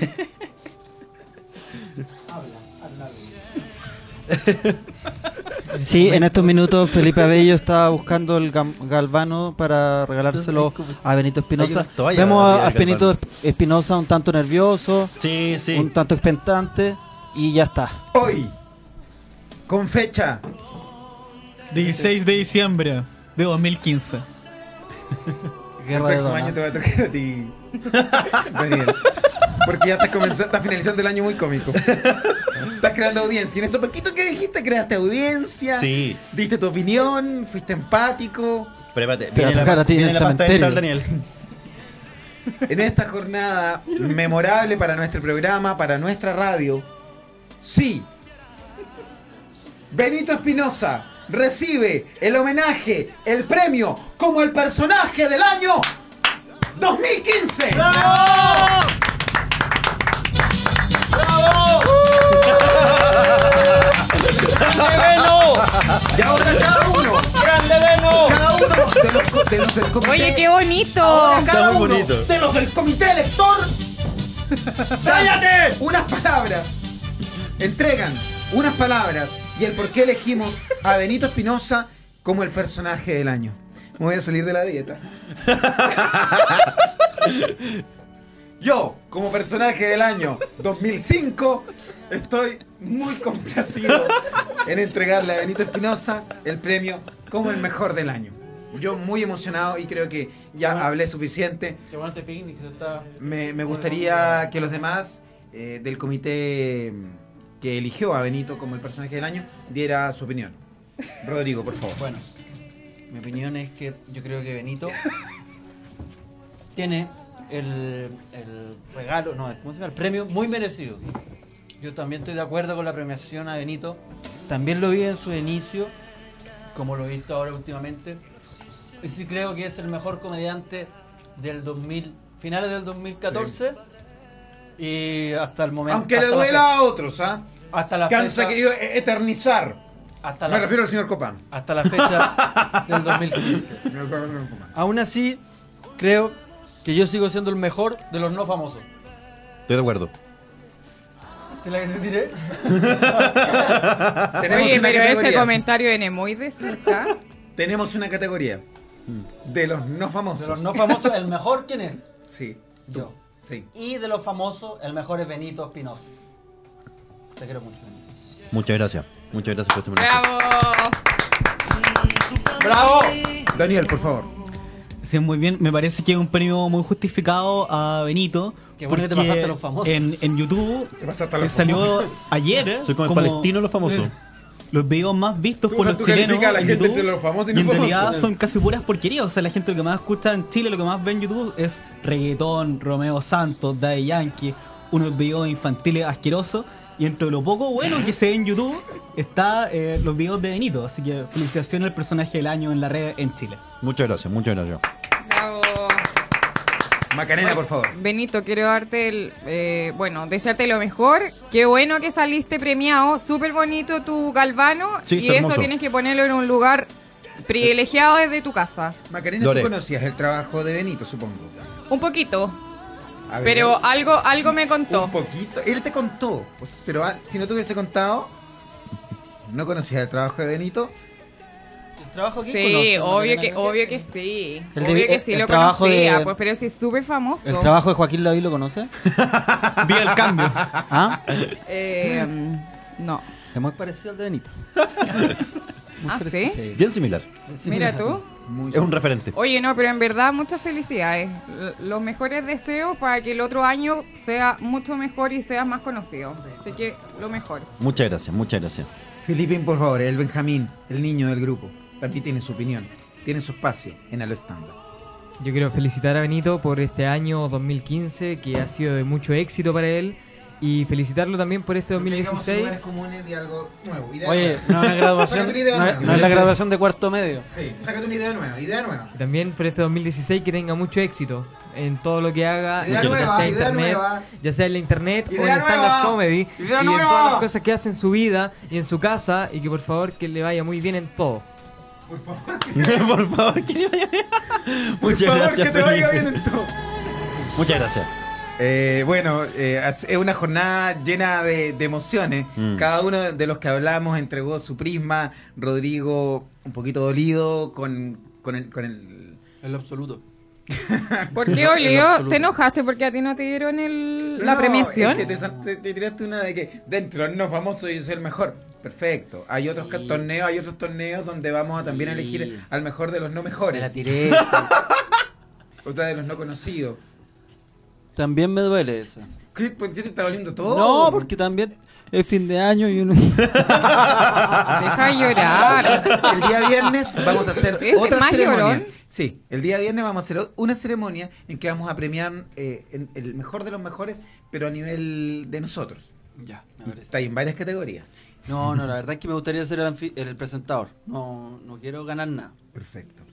S6: Sí, en estos minutos Felipe Abello está buscando el gam- galvano para regalárselo a Benito Espinosa.
S4: Hay una toalla
S6: Vemos
S4: arriba
S6: a, a
S4: del
S6: Benito
S4: galvano.
S6: Esp- Espinosa un tanto nervioso,
S4: Sí, sí.
S6: un tanto expectante y ya está.
S7: Hoy Con fecha.
S3: 16 de diciembre de 2015.
S6: Guerra
S7: el
S6: de
S7: próximo
S6: Donald.
S7: año te va a tocar a ti. Daniel. Porque ya estás, comenzando, estás finalizando el año muy cómico. Estás creando audiencia. Y en eso poquito que dijiste, creaste audiencia.
S4: Sí.
S7: Diste tu opinión, fuiste empático.
S4: Prepárate.
S6: Te va a
S4: viene la-
S6: tocar a ti en
S4: viene
S6: el
S4: la pasta dental,
S6: cementerio.
S4: Daniel.
S7: En esta jornada memorable para nuestro programa, para nuestra radio. Sí. Benito Espinosa recibe el homenaje, el premio como el personaje del año 2015. Y ahora cada uno, cada uno de los, co- de los del comité.
S5: Oye, qué bonito.
S7: Ahora
S4: Está
S7: cada
S4: muy
S7: uno
S4: bonito.
S7: de los del comité elector. ¡Cállate! Unas palabras. Entregan unas palabras y el por qué elegimos a Benito Espinosa como el personaje del año. Me voy a salir de la dieta. Yo, como personaje del año 2005, estoy muy complacido en entregarle a Benito Espinosa el premio como el mejor del año. Yo muy emocionado y creo que ya hablé suficiente.
S8: Que bueno este picnic se está.
S7: Me, me gustaría que los demás eh, del comité mm, que eligió a Benito como el personaje del año diera su opinión. Rodrigo, por favor.
S8: Bueno, mi opinión es que yo creo que Benito tiene el, el regalo, no, ¿cómo se llama? El premio muy merecido. Yo también estoy de acuerdo con la premiación a Benito. También lo vi en su inicio, como lo he visto ahora últimamente. Y sí creo que es el mejor comediante del 2000, finales del 2014 y hasta el momento.
S7: Aunque le
S8: hasta la
S7: duela a otros, ¿ah?
S8: fe- Hasta la
S7: Que han
S8: fecha.
S7: querido e- eternizar.
S8: Hasta
S7: Me
S8: la,
S7: refiero al señor Copán.
S8: hasta la fecha del 2015.
S7: Señor Copán.
S8: Aún así, creo que yo sigo siendo el mejor de los no famosos.
S4: Estoy de acuerdo.
S8: ¿Te la diré?
S7: Tenemos
S5: Oye, pero
S7: una
S5: ese
S7: categoría.
S5: comentario viene muy de cerca.
S7: Tenemos una categoría Mm. de los no famosos.
S8: De los no famosos, el mejor, ¿quién es?
S7: Sí,
S8: Yo.
S7: sí.
S8: Y de los famosos, el mejor es Benito Espinosa. Te quiero mucho, Benito.
S4: Muchas gracias. Muchas gracias por este homenaje.
S5: ¡Bravo!
S8: ¡Bravo!
S7: Daniel, por favor.
S3: Sí, muy bien. Me parece que es un premio muy justificado a Benito.
S8: Qué bueno que te
S3: porque
S8: bajaste a los famosos.
S3: En, en YouTube
S7: Te vas hasta
S3: que
S7: los
S3: salió ayer.
S4: Soy como, el palestino los famosos.
S3: Los videos más vistos
S7: Tú,
S3: por
S7: o
S3: los
S7: sea, tú
S3: chilenos.
S7: calificas a la
S3: en
S7: gente
S3: YouTube,
S7: entre los famosos y
S3: y en
S7: no
S3: realidad
S7: famosos.
S3: son casi puras porquerías. O sea, la gente lo que más escucha en Chile, lo que más ve en YouTube es reggaetón, Romeo Santos, Daddy Yankee, unos videos infantiles asquerosos. Y entre lo poco bueno que se ve en YouTube está eh, los videos de Benito. Así que felicitaciones al personaje del año en la red en Chile.
S4: Muchas gracias, muchas gracias.
S5: ¡Bravo!
S7: Macarena, por favor.
S5: Benito, quiero darte el. eh, bueno, desearte lo mejor. Qué bueno que saliste premiado. Súper bonito tu galvano.
S4: Sí,
S5: y
S4: está
S5: eso
S4: hermoso.
S5: tienes que ponerlo en un lugar privilegiado desde tu casa.
S7: Macarena,
S4: Lore.
S7: tú conocías el trabajo de Benito, supongo.
S5: Un poquito.
S7: A ver.
S5: Pero algo, algo me contó.
S7: Un poquito. Él te contó. pues, Pero ah, si no te hubiese contado, no conocías el trabajo de Benito.
S8: El trabajo que
S5: Sí,
S8: conoce,
S5: obvio
S8: Macarena,
S5: que,
S8: ¿no?
S5: obvio que sí.
S6: El de-
S5: obvio que
S6: el-
S5: sí
S6: el
S5: lo
S6: trabajo
S5: conocía,
S6: de-
S5: pues, pero sí es súper famoso.
S6: ¿El trabajo de Joaquín Lavín lo conoce?
S3: Vi el cambio.
S6: ¿Ah?
S5: Eh, no.
S6: Es muy parecido al de Benito. Muy
S5: ¿Ah,
S6: parecido.
S5: sí?
S4: Bien similar.
S5: Mira tú.
S7: Muy
S4: Es un referente.
S5: Oye, no, pero en verdad muchas felicidades. L- los mejores deseos para que el otro año sea mucho mejor y seas más conocido. Así que lo mejor.
S4: Muchas gracias, muchas gracias.
S7: Filipín, por favor, el Benjamín, el niño del grupo. También tiene su opinión. Tiene su espacio en el estándar.
S1: Yo quiero felicitar a Benito por este año 2015 que ha sido de mucho éxito para él y felicitarlo también por este 2016.
S7: comunes de algo nuevo.
S8: Oye, Eh, no es una graduación.
S7: Sácate una idea
S8: no, es-
S7: nueva.
S8: no es la graduación de cuarto medio.
S7: Sí, sácate una idea nueva, idea nueva.
S1: Y También por este 2016 que tenga mucho éxito en todo lo que haga,
S7: Idea
S1: ya
S7: nueva,
S1: sea
S7: idea
S1: internet,
S7: nueva.
S1: ya sea en la internet
S7: Idea
S1: o en
S7: nueva,
S1: stand-up comedy
S7: idea
S1: y en
S7: nueva.
S1: todas las cosas que hace en su vida y en su casa y que por favor que le vaya muy bien en todo.
S4: por favor, que te vaya bien. Muchas gracias, Felipe.
S7: en todo.
S4: Muchas gracias.
S7: Eh, bueno, eh, as- es una jornada llena de, de emociones.
S4: Mm.
S7: Cada uno de los que hablamos entregó su prisma. Rodrigo, un poquito dolido con, con el, con el-
S8: El absoluto.
S5: ¿Por qué, Olio? ¿Te enojaste porque a ti no te dieron el- la
S7: No,
S5: premiación?
S7: es que te, sa- te- te tiraste una de que dentro, no famoso, yo soy el mejor. Perfecto. Hay otros ca-
S8: Sí.
S7: torneos, hay otros torneos donde vamos a también
S8: Sí.
S7: elegir al mejor de los no
S8: Me la
S7: mejores,
S8: tiré.
S7: o sea, de los no conocidos.
S6: También me duele eso.
S7: ¿Qué, ¿Por qué te está doliendo
S8: Oh.
S7: todo?
S6: No, porque también es fin de año y uno...
S5: Deja de llorar.
S7: El día viernes vamos a hacer
S5: ¿Es
S7: otra
S5: más
S7: ceremonia.
S5: llorón?
S7: Sí, el día viernes vamos a hacer o- una ceremonia en que vamos a premiar eh, en- el mejor de los mejores, pero a nivel de nosotros.
S8: ya, me
S6: Mm.
S7: Y
S8: parece.
S7: Está ahí en varias categorías.
S8: No, no, la verdad es que me gustaría ser el, anfi- el presentador. No, no quiero ganar nada.
S7: Perfecto.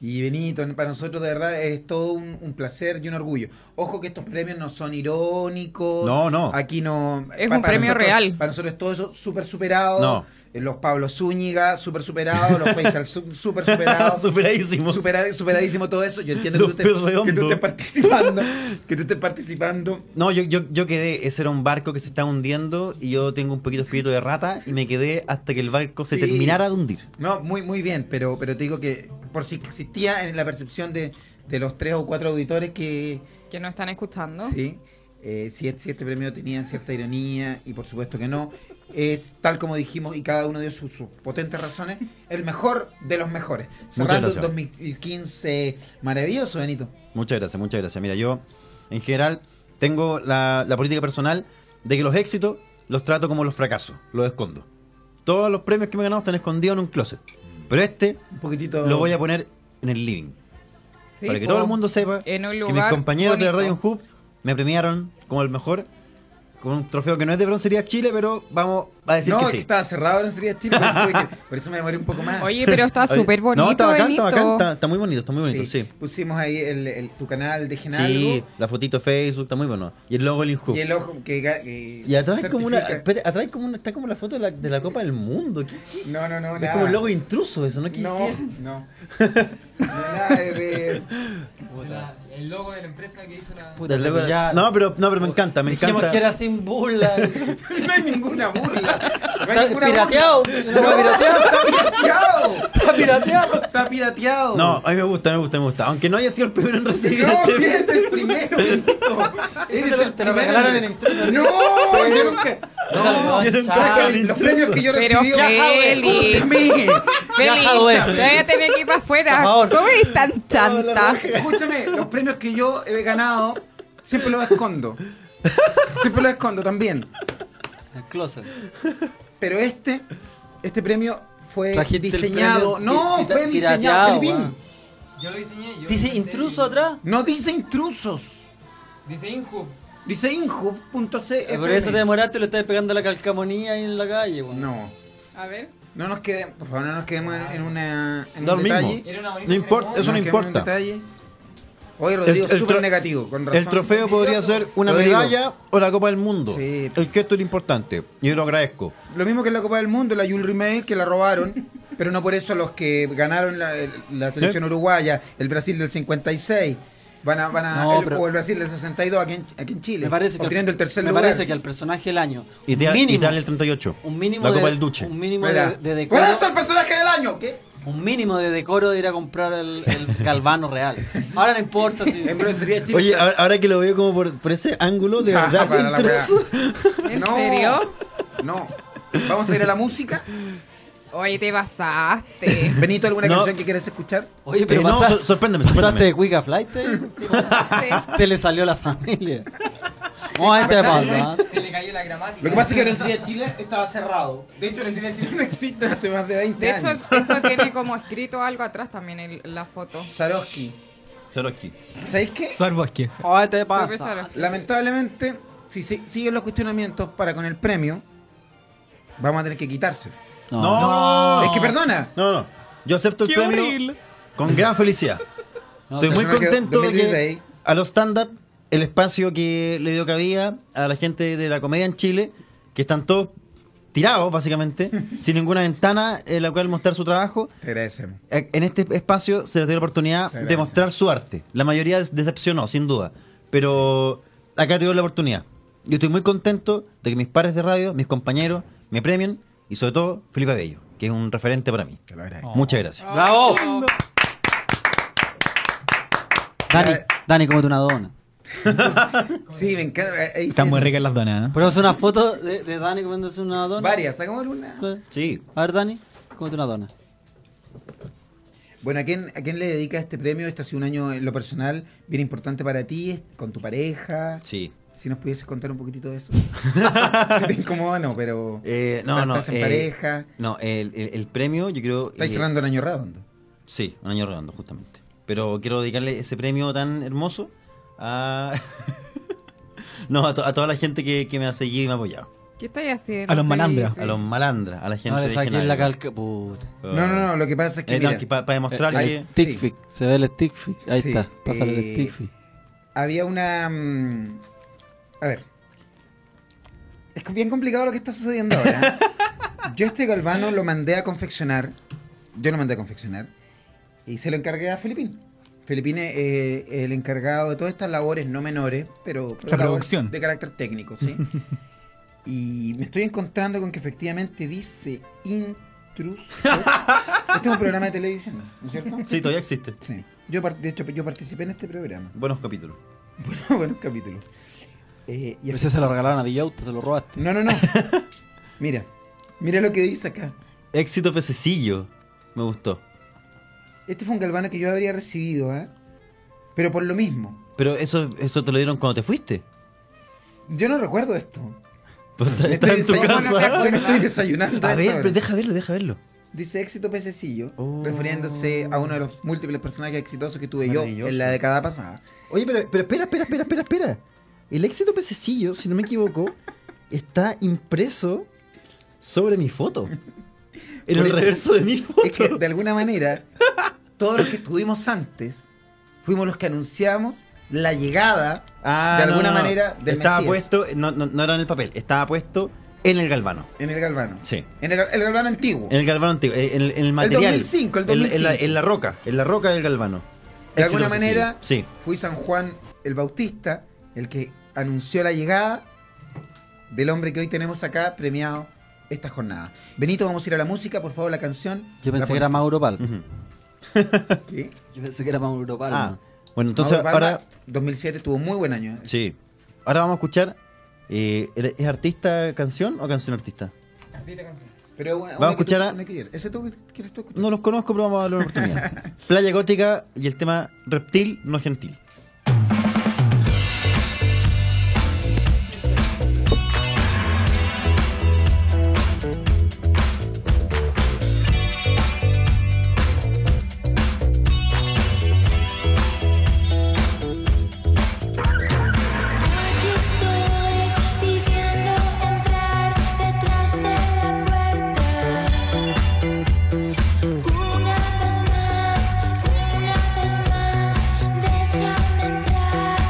S7: Y Benito, para nosotros de verdad es todo un, un placer y un orgullo. Ojo que estos premios no son irónicos.
S9: No, no.
S7: Aquí no.
S5: Es
S7: pa-
S5: un premio
S7: nosotros-
S5: real.
S7: Para nosotros es todo eso súper superado.
S9: No.
S7: Eh, Los Pablo Zúñiga, súper superados. Los Faisal, su- súper superados.
S9: Superadísimos.
S7: Supera- superadísimo todo eso. Yo entiendo que tú,
S9: Los
S7: te-
S9: Perredondo.
S7: que tú estés participando. Que tú estés participando.
S4: No, yo, yo, yo quedé, ese era un barco que se estaba hundiendo y yo tengo un poquito de espíritu de rata y me quedé hasta que el barco se
S7: Sí.
S4: terminara de hundir.
S7: No, muy, muy bien, pero, pero te digo que por si existía en la percepción de, de los tres o cuatro auditores que,
S5: Que no están escuchando.
S7: Sí. Eh, si, et- si este premio tenía cierta ironía, y por supuesto que no, es tal como dijimos y cada uno dio sus sus potentes razones, el mejor de los mejores. Cerrando el
S4: gracias.
S7: 2015 maravilloso, Benito.
S4: Muchas gracias, muchas gracias. Mira, yo en general tengo la, la política personal de que los éxitos los trato como los fracasos, los escondo. Todos los premios que me he ganado están escondidos en un closet. Pero este
S7: Un poquitito.
S4: lo voy a poner en el living.
S5: Sí,
S4: para que
S5: po.
S4: todo el mundo sepa
S5: en un
S4: que mis
S5: lugar
S4: compañeros de
S5: bonito.
S4: Radio Hub me premiaron como el mejor con un trofeo que no es de broncería Chile, pero vamos a decir
S7: No,
S4: que
S7: es
S4: sí.
S7: que estaba cerrado en sería Chile, por eso, tuve que- por eso me demoré un poco más.
S5: Oye, pero está
S4: Oye,
S5: súper bonito,
S4: No, está bacán, está bacán,
S5: Benito.
S4: está, está muy bonito, está muy bonito, sí.
S7: Pusimos ahí el, el- tu canal de Genalgo
S4: Sí, la fotito de Facebook está muy bueno. Y el logo del Hub.
S7: y el ojo que. ga- que
S4: Y atrás como una,
S7: certifica-
S4: espera, atrás como una, está como la foto de la, de la Copa del Mundo. ¿qué- qué?
S7: No, no, no,
S4: Es
S7: nada.
S4: como el logo intruso eso, ¿no? ¿Qué-
S7: No,
S4: qué?
S7: no. No, nada de- de-
S1: el logo de la empresa que hizo la...
S4: Del logo- no, pero, no, pero me encanta, me
S8: Dijimos
S4: encanta.
S8: que era sin burla.
S7: No hay ninguna burla. No hay
S8: Está
S7: ninguna
S8: pirateado.
S7: burla.
S8: Está pirateado.
S7: Está pirateado.
S8: Está pirateado.
S7: Está pirateado.
S4: No, a mí me gusta, me gusta, me gusta. Aunque no haya sido el primero en recibir
S7: No,
S4: este
S7: si eres el primero. Benito. Eres
S8: Te lo-
S7: el
S8: te lo
S7: primero.
S8: regalaron en intruso.
S7: No, yo nunca. No,
S8: Yo
S4: Ah,
S8: nunca-
S7: ¿sabes qué? los
S4: Intruso.
S7: premios que yo
S5: Pero
S7: recibí.
S5: Feli,
S7: Escúchame,
S5: Feli,
S8: Jadué.
S5: todavía tenía que ir para afuera.
S8: Por favor.
S5: ¿Cómo eres tan chanta?
S7: escúchame, los premios que yo he ganado siempre los escondo. Siempre los escondo también.
S8: El closet.
S7: Pero este, este premio fue
S8: Trajiste el
S7: diseñado.
S8: premio
S7: no,
S8: pi- pi-
S7: fue diseñado.
S8: pirateado,
S7: Pelvin.
S8: weón.
S1: Yo lo diseñé. Yo
S8: Dice
S1: inventé
S8: intruso
S1: el-
S8: atrás.
S7: No dice intrusos.
S1: Dice Inhub.
S7: Dice inhub.cl.
S8: Eh, Por eso te demoraste y le estás pegando la calcamonía ahí en la calle. weón.
S7: No.
S5: A ver.
S7: No nos quedemos, por favor, no nos quedemos en, en una en
S4: Da
S7: un
S4: lo mismo.
S7: detalle.
S1: Era una bonita
S4: No importa,
S1: ceremonia.
S4: eso
S7: nos
S4: no
S7: quedemos en
S4: importa.
S7: un detalle. Hoy Rodrigo
S4: El- el
S7: es súper
S4: tro-
S7: negativo, con razón.
S4: El trofeo podría ser una
S7: Rodrigo.
S4: medalla o la Copa del Mundo.
S7: Sí.
S4: El gesto era importante. Y yo lo agradezco.
S7: Lo mismo que en la Copa del Mundo, la Yul Mail que la robaron, pero no por eso los que ganaron la, la selección uruguaya, el Brasil del 56, van a, van a
S8: No,
S7: el-
S8: pero-
S7: o el Brasil del 62 aquí en, aquí en Chile,
S8: Me parece que,
S7: obteniendo el tercer
S8: me
S7: lugar.
S8: parece que el personaje del año.
S4: Y te-
S8: mínimo,
S4: y dale el 38.
S8: un mínimo
S4: La Copa
S8: de,
S4: del Duche.
S8: Un mínimo
S7: Mira,
S8: de, de
S7: ¿Cuál
S8: decoro.
S7: es el personaje del año? ¿Qué?
S8: Un mínimo de decoro de ir a comprar el, el galvano real. Ahora no importa si.
S7: En Broncería Chile.
S4: Oye, ahora, ahora que lo veo como por, por ese ángulo, de
S7: Ah,
S4: verdad.
S7: para la weá.
S4: intruso.
S5: ¿En serio?
S7: No. Vamos a ir a la música.
S5: Oye, te pasaste.
S7: Benito, ¿alguna
S4: No.
S7: canción que quieres escuchar?
S8: Oye, pero
S4: Eh, no,
S8: pasa-
S4: sor- sorpréndeme,
S8: pasaste de
S4: sorpréndeme.
S8: Quick a Flight. eh,
S5: Sí.
S8: Te le salió la familia. Vamos a este pasa.
S1: Se le cayó la gramática.
S7: Lo que pasa es que Broncería Chile estaba cerrado. De hecho, Broncería Chile no existe hace más de 20
S5: De hecho,
S7: años.
S5: eso tiene como escrito algo atrás también en la foto.
S7: Sarosky.
S4: Sorosky.
S7: ¿Sabéis qué?
S1: Sarbosque.
S8: Vamos a este
S5: Súper
S8: pasa.
S5: Sarosky.
S7: Lamentablemente, si si- siguen los cuestionamientos para con el premio, vamos a tener que quitárselo.
S4: No, no,
S7: Es que perdona.
S4: No, no. Yo acepto el premio con gran felicidad.
S8: No,
S4: Estoy
S8: te-
S4: muy
S7: no, que-
S4: contento de que
S7: 2016.
S4: a los stand-up, el espacio que le dio cabida a la gente de la comedia en Chile, que están todos tirados, básicamente, sin ninguna ventana en la cual mostrar su trabajo.
S7: Te agradecemos.
S4: Eh, En este espacio se les dio la oportunidad
S7: Gracias.
S4: de mostrar su arte. La mayoría des- decepcionó, sin duda. Pero acá tuvieron la oportunidad. Yo estoy muy contento de que mis pares de radio, mis compañeros, me premien y sobre todo Felipe Bello, que es un referente para mí.
S7: Te lo agradezco.
S4: Muchas gracias.
S7: Eh.
S8: Bravo. Dani, Dani, cómete una dona.
S7: Sí, me encanta. eh, ahí
S3: Están
S7: sí.
S3: muy ricas las donas, ¿eh? ¿no?
S8: Ponemos una foto de, de Dani comiéndose una dona.
S7: Varias, sacamos una.
S4: Sí.
S8: A ver, Dani, cómete una dona.
S7: Bueno, ¿a quién, ¿a quién le dedica este premio? Este ha sido un año en lo personal bien importante para ti, es- con tu pareja.
S4: Sí.
S7: Si nos pudieses contar un poquitito de eso. si te incomoda, no, pero.
S4: Eh, no,
S7: Estás-
S4: no.
S7: estás en
S4: eh,
S7: pareja.
S4: No, el, el- el premio yo creo...
S7: Estáis
S4: eh,
S7: cerrando el año redondo.
S4: Sí, un año redondo, justamente. Pero quiero dedicarle ese premio tan hermoso a... no, a, to- a toda la gente que, que me ha seguido y me ha apoyado.
S5: ¿Qué estáis haciendo?
S3: A los malandros.
S5: Felipe?
S4: A los malandras, a la gente
S8: No le
S4: de
S8: saqué
S4: Genaro.
S8: la calca. Puta.
S4: Uh,
S7: No, no, no, lo que pasa es que.
S4: eh, no,
S7: mira,
S4: que pa- para demostrarle
S7: eh,
S4: que...
S7: Sí.
S8: Stick fix, se ve el stick fix. Ahí
S7: Sí,
S8: está, pásale
S7: eh,
S8: el stick fix.
S7: había una. mm, a ver. Es bien complicado lo que está sucediendo ahora. yo este galvano lo mandé a confeccionar. Yo lo mandé a confeccionar. Y se lo encargué a Filipín. Filipín es eh, el encargado de todas estas labores no menores, pero, pero
S3: La
S7: labores
S3: producción.
S7: de carácter técnico, ¿sí? y me estoy encontrando con que efectivamente dice intruso. este es un programa de televisión, ¿no es cierto?
S4: Sí, todavía existe.
S7: Sí. Yo, par- de hecho, yo participé en este programa.
S4: Buenos capítulos.
S7: Buenos capítulos. Eh, y este,
S8: Ese se lo regalaron a Villauta, se lo robaste.
S7: No, no, no. Mira, mira lo que dice acá.
S4: Éxito pececillo. Me gustó.
S7: Este fue un galvano que yo habría recibido, ¿eh? Pero por lo mismo.
S4: Pero eso, eso te lo dieron cuando te fuiste.
S7: Yo no recuerdo esto.
S4: Pues está,
S7: Me
S4: está
S7: estoy
S4: en tu
S7: desayunando-
S4: casa.
S7: yo me estoy desayunando.
S4: A
S7: esta
S4: ver,
S7: hora.
S4: pero deja verlo, deja verlo.
S7: Dice éxito pececillo,
S4: Oh.
S7: refiriéndose a uno de los múltiples personajes exitosos que tuve yo
S4: Maravilloso.
S7: en la década pasada.
S4: Oye, pero, pero espera, espera, espera, espera, espera. El éxito pececillo, si no me equivoco, está impreso sobre mi foto. En el
S7: Por eso-
S4: reverso de mi foto.
S7: Es que de alguna manera, todos los que estuvimos antes fuimos los que anunciamos la llegada
S4: Ah,
S7: de
S4: no,
S7: alguna
S4: no, no.
S7: manera del
S4: Estaba
S7: Mesías
S4: puesto, no, no, no era en el papel, estaba puesto en el galvano.
S7: en el galvano.
S4: Sí.
S7: En el, el galvano antiguo.
S4: En el galvano antiguo, eh, en, en- en el material.
S7: 2005, el
S4: En la- En, la,
S7: 2005.
S4: en la roca, en la roca del galvano.
S7: de
S4: Éxito
S7: alguna
S4: pececillo.
S7: manera,
S4: Sí.
S7: fui San Juan el Bautista, el que anunció la llegada del hombre que hoy tenemos acá premiado esta jornada. Benito, vamos a ir a la música, por favor, la canción.
S8: Yo
S7: La
S8: pensé que era
S7: pon-
S8: Mauro Palma.
S4: Ujú.
S7: ¿Qué?
S8: Yo pensé que era Mauro
S4: Mm. Ah,
S8: Palma.
S4: bueno, entonces
S7: Mauro Palma,
S4: ahora
S7: 2007 tuvo muy buen año.
S4: Sí. Ahora vamos a escuchar. eh, ¿Es artista canción o canción artista?
S7: Pero una-
S4: Vamos
S7: una
S4: a
S7: que tú-
S4: escuchar a-
S7: una que quieres. ¿Ese tú quieres tú escuchar?
S4: No los conozco, pero vamos a darle una oportunidad. Playa Gótica y el tema reptil no gentil.
S9: Aquí estoy pidiendo entrar detrás de la puerta. Una vez más, una vez más, deja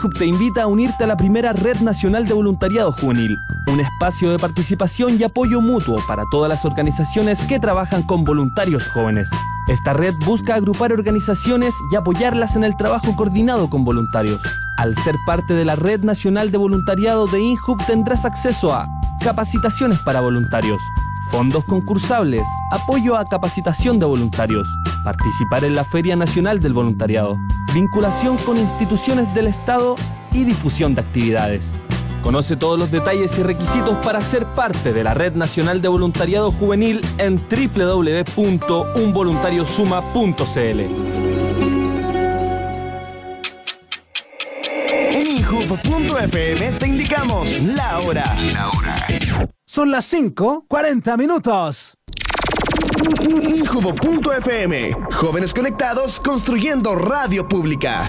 S10: Club te invita a unirte a la primera Red Nacional de Voluntariado Juvenil, un espacio de participación y apoyo mutuo para todas las organizaciones que trabajan con voluntarios jóvenes. Esta red busca agrupar organizaciones y apoyarlas en el trabajo coordinado con voluntarios. Al ser parte de la Red Nacional de Voluntariado de INHUB tendrás acceso a capacitaciones para voluntarios, fondos concursables, apoyo a capacitación de voluntarios, participar en la Feria Nacional del Voluntariado, vinculación con instituciones del Estado y difusión de actividades. Conoce todos los detalles y requisitos para ser parte de la Red Nacional de Voluntariado Juvenil en www.unvoluntariosuma.cl.
S2: En Inhub.fm te indicamos la hora. La hora. Son las 5, 40 minutos. Injubo.fm. Jóvenes conectados construyendo radio pública.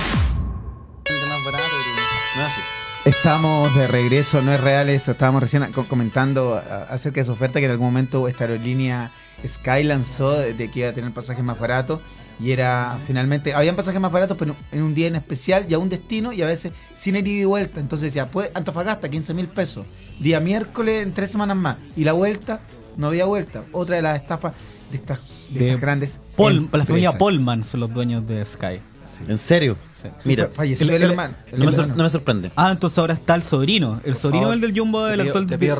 S6: No es así.
S7: Estamos de regreso, no es real eso. Estábamos recién co- comentando a- acerca de su oferta que en algún momento esta aerolínea Sky lanzó de de que iba a tener pasajes más baratos. Y era finalmente, habían pasajes más baratos, pero en un día en especial y a un destino y a veces sin ir y vuelta. Entonces decía, pues Antofagasta, 15 mil pesos. Día miércoles en tres semanas más. Y la vuelta, no había vuelta. Otra de las estafas de estas, de
S3: De
S7: estas grandes.
S3: Pol, la familia
S7: empresas.
S3: Polman son los dueños de Sky.
S4: ¿En serio?
S3: Sí.
S4: Mira,
S7: Falleció el,
S3: el- el-
S7: hermano. el
S4: no me, sor-
S7: hermano.
S4: no me sorprende.
S3: Ah, entonces ahora está el sobrino. El sobrino
S6: favor,
S3: es el del Jumbo,
S6: Te
S3: el
S6: pido-
S3: actual
S6: te pido
S3: di-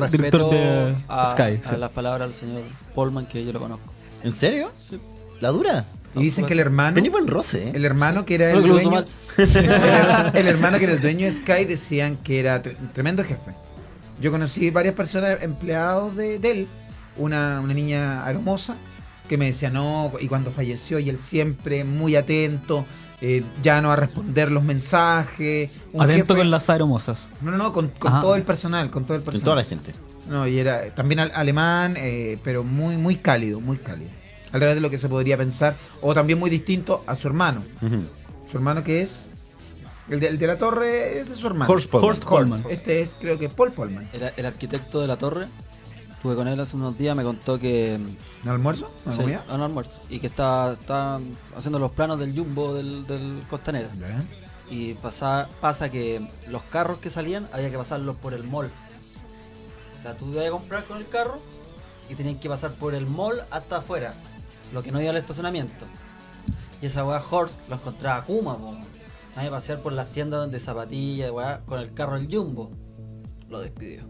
S3: director
S6: respeto
S3: de
S6: a,
S3: Sky.
S6: a
S3: sí.
S6: las palabras del señor Polman, que yo lo conozco.
S4: ¿En serio? ¿La dura?
S7: Y dicen que el hermano.
S4: Tenía buen roce, ¿eh?
S7: El hermano que era el
S4: Solo que lo
S7: dueño.
S4: usó
S7: El, her- el hermano que era el dueño de Sky decían que era tre- tremendo jefe. Yo conocí varias personas empleados de, de él, una, una niña hermosa, que me decía no, y cuando falleció, y él siempre muy atento, eh, ya no a responder los mensajes. un
S3: Atento
S7: jefe-
S3: con las aeromosas.
S7: No, no, no, con, con
S3: Ajá.
S7: todo el personal, con todo el
S4: En
S7: personal.
S4: toda la gente.
S7: No, y era también al- alemán, eh, pero muy, muy cálido, muy cálido. Al revés de lo que se podría pensar, o también muy distinto a su hermano. Su hermano que es. El de, el de la torre es de su hermano.
S4: Horst Polman.
S3: Horst Polman.
S7: Este es, creo que Paul Polman.
S6: El, el arquitecto de la torre, estuve con él hace unos días, me contó que.
S7: ¿No almuerzo? ¿No
S6: sí,
S7: comida?
S6: a un almuerzo. Y que está, está haciendo los planos del jumbo del, del Costanera.
S7: Ya.
S6: Y pasa, pasa que los carros que salían había que pasarlos por el mall. O sea, tú ibas a comprar con el carro y tenían que pasar por el mall hasta afuera, lo que no iba al estacionamiento. Y esa weá Horse lo encontraba a Kuma, po. Nadie pasear por las tiendas de zapatillas, weá, con el carro del Jumbo. Lo despidió.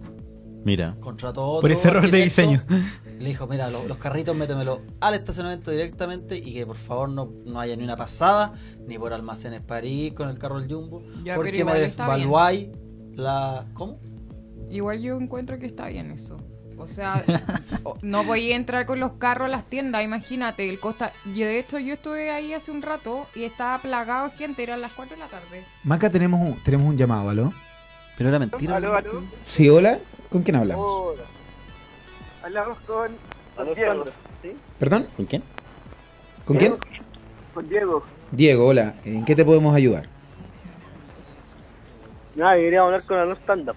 S4: Mira.
S6: Contrató a otro.
S3: Por ese error de diseño.
S6: arquitecto y Le dijo, mira, lo- los carritos métemelo al estacionamiento directamente y que por favor no, no haya ni una pasada, ni por almacenes París con el carro del Jumbo,
S5: Ya, pero
S6: porque me
S5: igual está bien.
S6: desvaluáis la... ¿Cómo?
S5: Igual yo encuentro que está bien eso. O sea, o- no voy a entrar con los carros a las tiendas, imagínate, el costa... Y de hecho yo estuve ahí hace un rato y estaba plagado de gente, eran las 4 de la tarde.
S7: Maca, tenemos un, tenemos un llamado, ¿aló?
S6: Pero era mentira.
S11: Aló, aló.
S7: Sí, hola. ¿Con quién hablamos?
S11: Hola. Hablamos con, con Diego. ¿sí?
S7: ¿Perdón?
S4: ¿Con quién?
S7: ¿Con quién?
S11: Con Diego.
S7: Diego, hola. ¿En qué te podemos ayudar?
S11: Nada, quería hablar con Aló Stand-Up.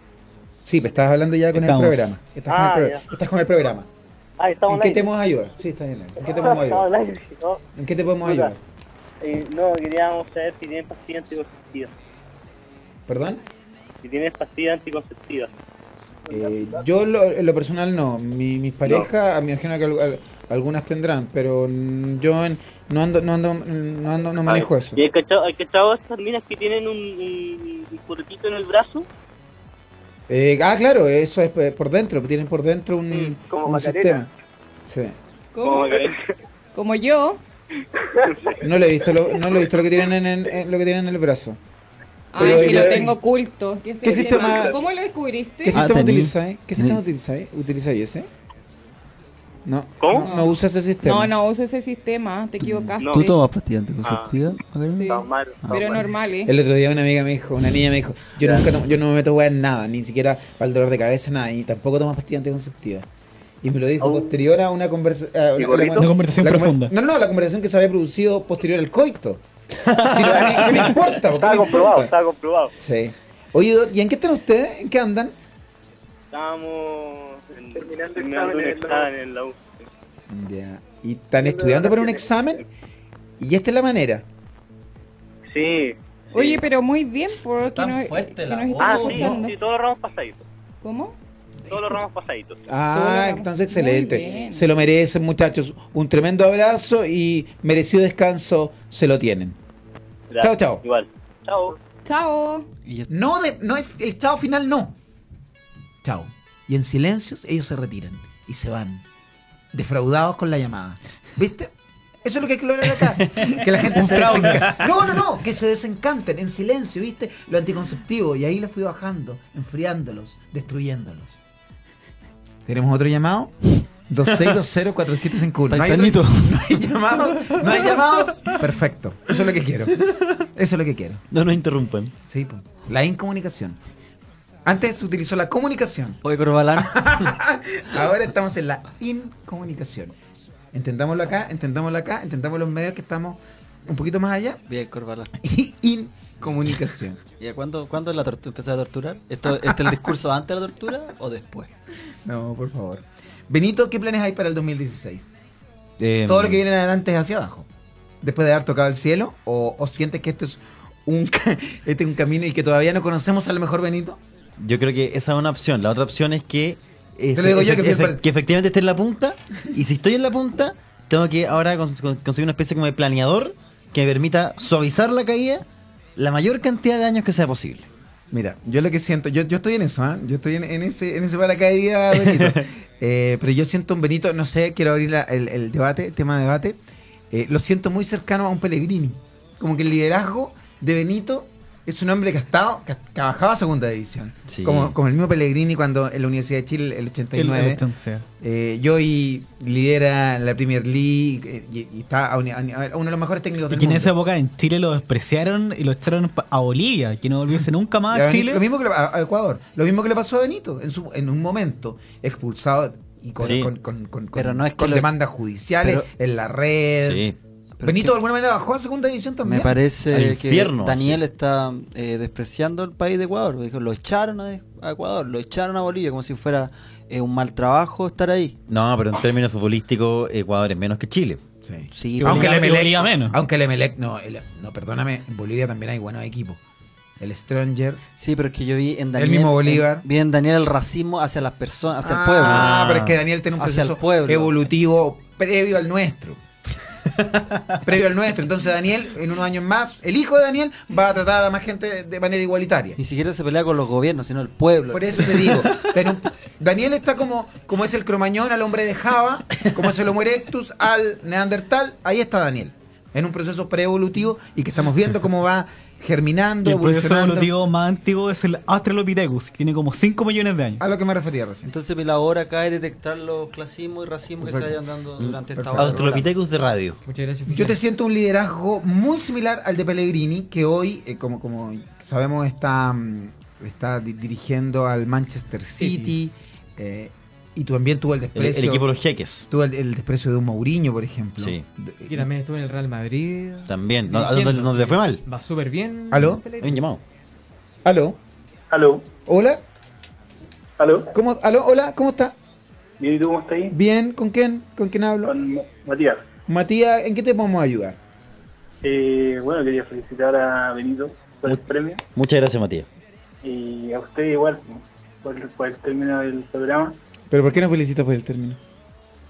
S7: Sí, me estabas hablando ya con
S3: Estamos.
S7: el programa. Estás,
S11: Ah,
S7: con el pro-
S11: ya.
S7: estás con el programa.
S11: Ah, estamos
S7: ¿En qué
S11: al
S7: te
S11: aire.
S7: podemos ayudar? Sí, está bien. ¿En qué te podemos
S11: Estamos
S7: ayudar?
S11: al aire, ¿no?
S7: ¿En qué te podemos
S11: Hola.
S7: ayudar?
S11: Eh, no, queríamos saber si tienen pastillas anticonceptivas.
S7: ¿Perdón?
S11: Si tienen pastillas anticonceptivas.
S7: Eh, yo lo- en lo personal no. Mi- mis parejas, a mi imagino que al- al- algunas tendrán, pero mm, yo en- no ando, no ando, no ando, no manejo eso.
S11: ¿Y hay cachado, hay cachado estas minas que tienen un, un, un curtito en el brazo?
S7: Eh, ah, claro, eso es pe- por dentro, tienen por dentro un,
S11: Sí, Mm, como
S7: un sistema.
S11: Macarena.
S7: Sí.
S11: Como que-
S5: Como yo.
S7: No lo he visto, lo, no lo he visto lo que tienen en, el- en- lo que tienen en el brazo.
S5: Ay,
S7: Pero
S5: que
S7: ella-
S5: lo tengo oculto. ¿Qué,
S7: sistema-
S5: ¿Cómo lo descubriste?
S7: ¿Qué sistema
S6: tení.
S7: utilizáis? ¿Qué sistema utilizáis? ¿Utilizáis ese? No.
S11: ¿Cómo?
S7: No, no usa ese sistema.
S5: No, no, usa ese sistema, te equivocaste.
S11: No.
S6: ¿Tú tomas pastillas anticonceptivas?
S5: Sí,
S11: Está mal, está
S5: Pero
S11: mal.
S5: normal, ¿eh?
S7: El otro día una amiga me dijo, una niña me dijo, yo nunca tomo- yo no me meto weá en nada, ni siquiera para el dolor de cabeza, nada, y tampoco tomo pastillas anticonceptivas. Y me lo dijo
S11: Au.
S7: posterior a una conversación.
S11: gorrito?
S3: Una conversación profunda.
S7: No, no, no, la conversación que se había producido posterior al coito. Si no, a mí, ¿Qué me importa? ¿Por qué
S11: Estaba
S7: me
S11: comprobado,
S7: importa?
S11: estaba comprobado.
S7: Sí. Oye, Doc, ¿y en qué están ustedes? ¿En qué andan?
S11: Estábamos en-
S2: Terminando
S11: terminando un
S2: exámenes en la U.
S11: examen en la U.
S7: Ya. ¿Y están estudiando para un examen? Y esta es la manera.
S11: Sí,
S5: Oye, pero muy bien, porque
S12: Tan
S5: nos,
S12: fuerte
S5: que
S12: la
S5: nos
S12: voz. Ah,
S5: están
S12: sí,
S5: escuchando.
S12: sí, todos los ramos pasaditos.
S5: ¿Cómo?
S12: Todos los ramos pasaditos.
S7: Ah, entonces
S5: Muy
S7: excelente.
S5: bien.
S7: Se lo merecen, muchachos. Un tremendo abrazo y merecido descanso se lo tienen. Chao, chao.
S12: Igual. Chao.
S5: Chao.
S7: No, de- no es el chao final, no. Chao. Y en silencios ellos se retiran y se van. Defraudados con la llamada. ¿Viste? Eso es lo que hay que lograr acá. Que la gente
S8: Un
S7: se
S8: fraude.
S7: desenca- No, no, no. Que se desencanten en silencio, ¿viste? Lo anticonceptivo. Y ahí les fui bajando, enfriándolos, destruyéndolos. ¿Tenemos otro llamado? 2620-4751. ¿No hay
S4: Paisanito.
S7: otro- ¿No hay llamados? ¿No hay llamados? Perfecto. Eso es lo que quiero. Eso es lo que quiero.
S4: No nos interrumpan.
S7: Sí, po. la incomunicación. Antes se utilizó la comunicación.
S6: Oye, Corbalán.
S7: Ahora estamos en la incomunicación. Entendámoslo acá, entendámoslo acá, entendamos los medios que estamos un poquito más allá.
S6: Bien, Corbalán.
S7: Incomunicación.
S6: ¿Y a cuándo, cuándo la tortu- empezó a torturar? ¿Esto, ¿Este el discurso antes de la tortura o después?
S7: No, por favor. Benito, ¿qué planes hay para el 2016?
S4: Eh,
S7: Todo lo que viene adelante es hacia abajo. Después de haber tocado el cielo, o, o sientes que esto es un, ca- este es un camino y que todavía no conocemos al mejor Benito.
S4: Yo creo que esa es una opción. La otra opción es que. eh,
S7: Te lo digo yo, que fui el
S4: efe-
S7: par-
S4: que efectivamente esté en la punta. Y si estoy en la punta, tengo que ahora cons- con- conseguir una especie como de planeador que me permita suavizar la caída la mayor cantidad de años que sea posible.
S7: Mira, yo lo que siento, yo, yo estoy en eso, ¿ah? yo estoy en, en ese, en ese paracaídas, Benito. Eh, pero yo siento un Benito, no sé, quiero abrir la- el, el debate, tema de debate. Eh, lo siento muy cercano a un Pellegrini. Como que el liderazgo de Benito es un hombre que ha estado, que, ha- que ha bajado a segunda división.
S4: Sí.
S7: Como, como el mismo Pellegrini cuando en la Universidad de Chile, el 89. Eh, Joey lidera la Premier League eh, y, y está a, un- a un- a uno de los mejores
S3: Y
S7: técnicos del
S3: que en
S7: mundo.
S3: esa época en Chile lo despreciaron y lo echaron pa- a Bolivia, que no volviese nunca más
S7: Y a
S3: a
S7: Benito-
S3: Chile.
S7: Lo mismo que le- a, a Ecuador. Lo mismo que le pasó a Benito en, su- en un momento expulsado y con,
S4: Sí.
S7: con, con- con-
S3: Pero
S7: con-
S3: no es que
S7: con
S3: lo-
S7: demandas judiciales en la red. Benito de alguna manera bajó a segunda división también.
S6: Me parece
S4: Al
S6: que
S4: infierno,
S6: Daniel está eh, despreciando el país de Ecuador. Dijo, lo echaron a a Ecuador, lo echaron a Bolivia, como si fuera eh, un mal trabajo estar ahí.
S4: No, pero en términos futbolísticos, Ecuador es menos que Chile.
S7: Sí.
S6: Sí,
S3: Igual.
S7: Aunque el
S3: Bolivia- Bolivia
S7: Emelec,
S3: menos.
S7: aunque el Emelec- no, el- no, perdóname, en Bolivia también hay buenos equipos. El Stronger.
S6: Sí, pero es que yo vi en Daniel.
S7: mismo
S6: en-
S7: Bolívar.
S6: vi en Daniel el racismo hacia las personas, hacia
S7: ah,
S6: el pueblo.
S7: pero es que Daniel tiene un
S6: Hacia el
S7: proceso
S6: pueblo.
S7: evolutivo previo al nuestro. previo al nuestro. Entonces Daniel, en unos años más, el hijo de Daniel va a tratar a más gente de manera igualitaria.
S6: Ni siquiera se pelea con los gobiernos, sino el pueblo.
S7: Por eso te digo, pero Daniel está como, como es el cromañón al hombre de Java, como es el Homo erectus al neandertal, ahí está Daniel, en un proceso preevolutivo y que estamos viendo cómo va germinando,
S3: Y el proceso
S7: evolucionando.
S3: evolutivo más antiguo es el Australopithecus, que tiene como 5 millones de años.
S7: A lo que me refería recién.
S6: Entonces, mi labor acá es detectar los clasismo y racismo que
S7: Perfecto.
S6: se vayan dando durante esta hora.
S4: Ah, Australopithecus de radio.
S1: Muchas gracias.
S7: Yo
S1: oficial.
S7: te siento un liderazgo muy similar al de Pellegrini, que hoy, eh, como, como sabemos, está, mm, está di- dirigiendo al Manchester City, eh, y tú también tuvo el
S4: El, el
S7: desprecio.
S4: equipo de los jeques.
S7: tuvo el, el desprecio de un Mourinho, por ejemplo. eh,
S4: Sí.
S1: Y también estuvo en el Real Madrid.
S4: También. No,
S1: Dirigiendo,
S4: no- no le fue mal.
S1: Va súper bien.
S7: ¿Aló?
S4: Bien llamado.
S7: ¿Aló?
S12: Aló,
S7: ¿Hola?
S12: aló.
S7: ¿Cómo, aló, hola, ¿cómo está?
S12: Bien, ¿y tú cómo estás ahí?
S7: Bien, ¿con quién? ¿Con quién hablo?
S12: Con Matías.
S7: Matías, ¿en qué te podemos ayudar?
S12: Eh, bueno, quería felicitar a Benito por el premio
S4: Muchas gracias, Matías.
S12: y a usted igual por, por el término del programa.
S7: ¿Pero por qué nos felicitas por el término?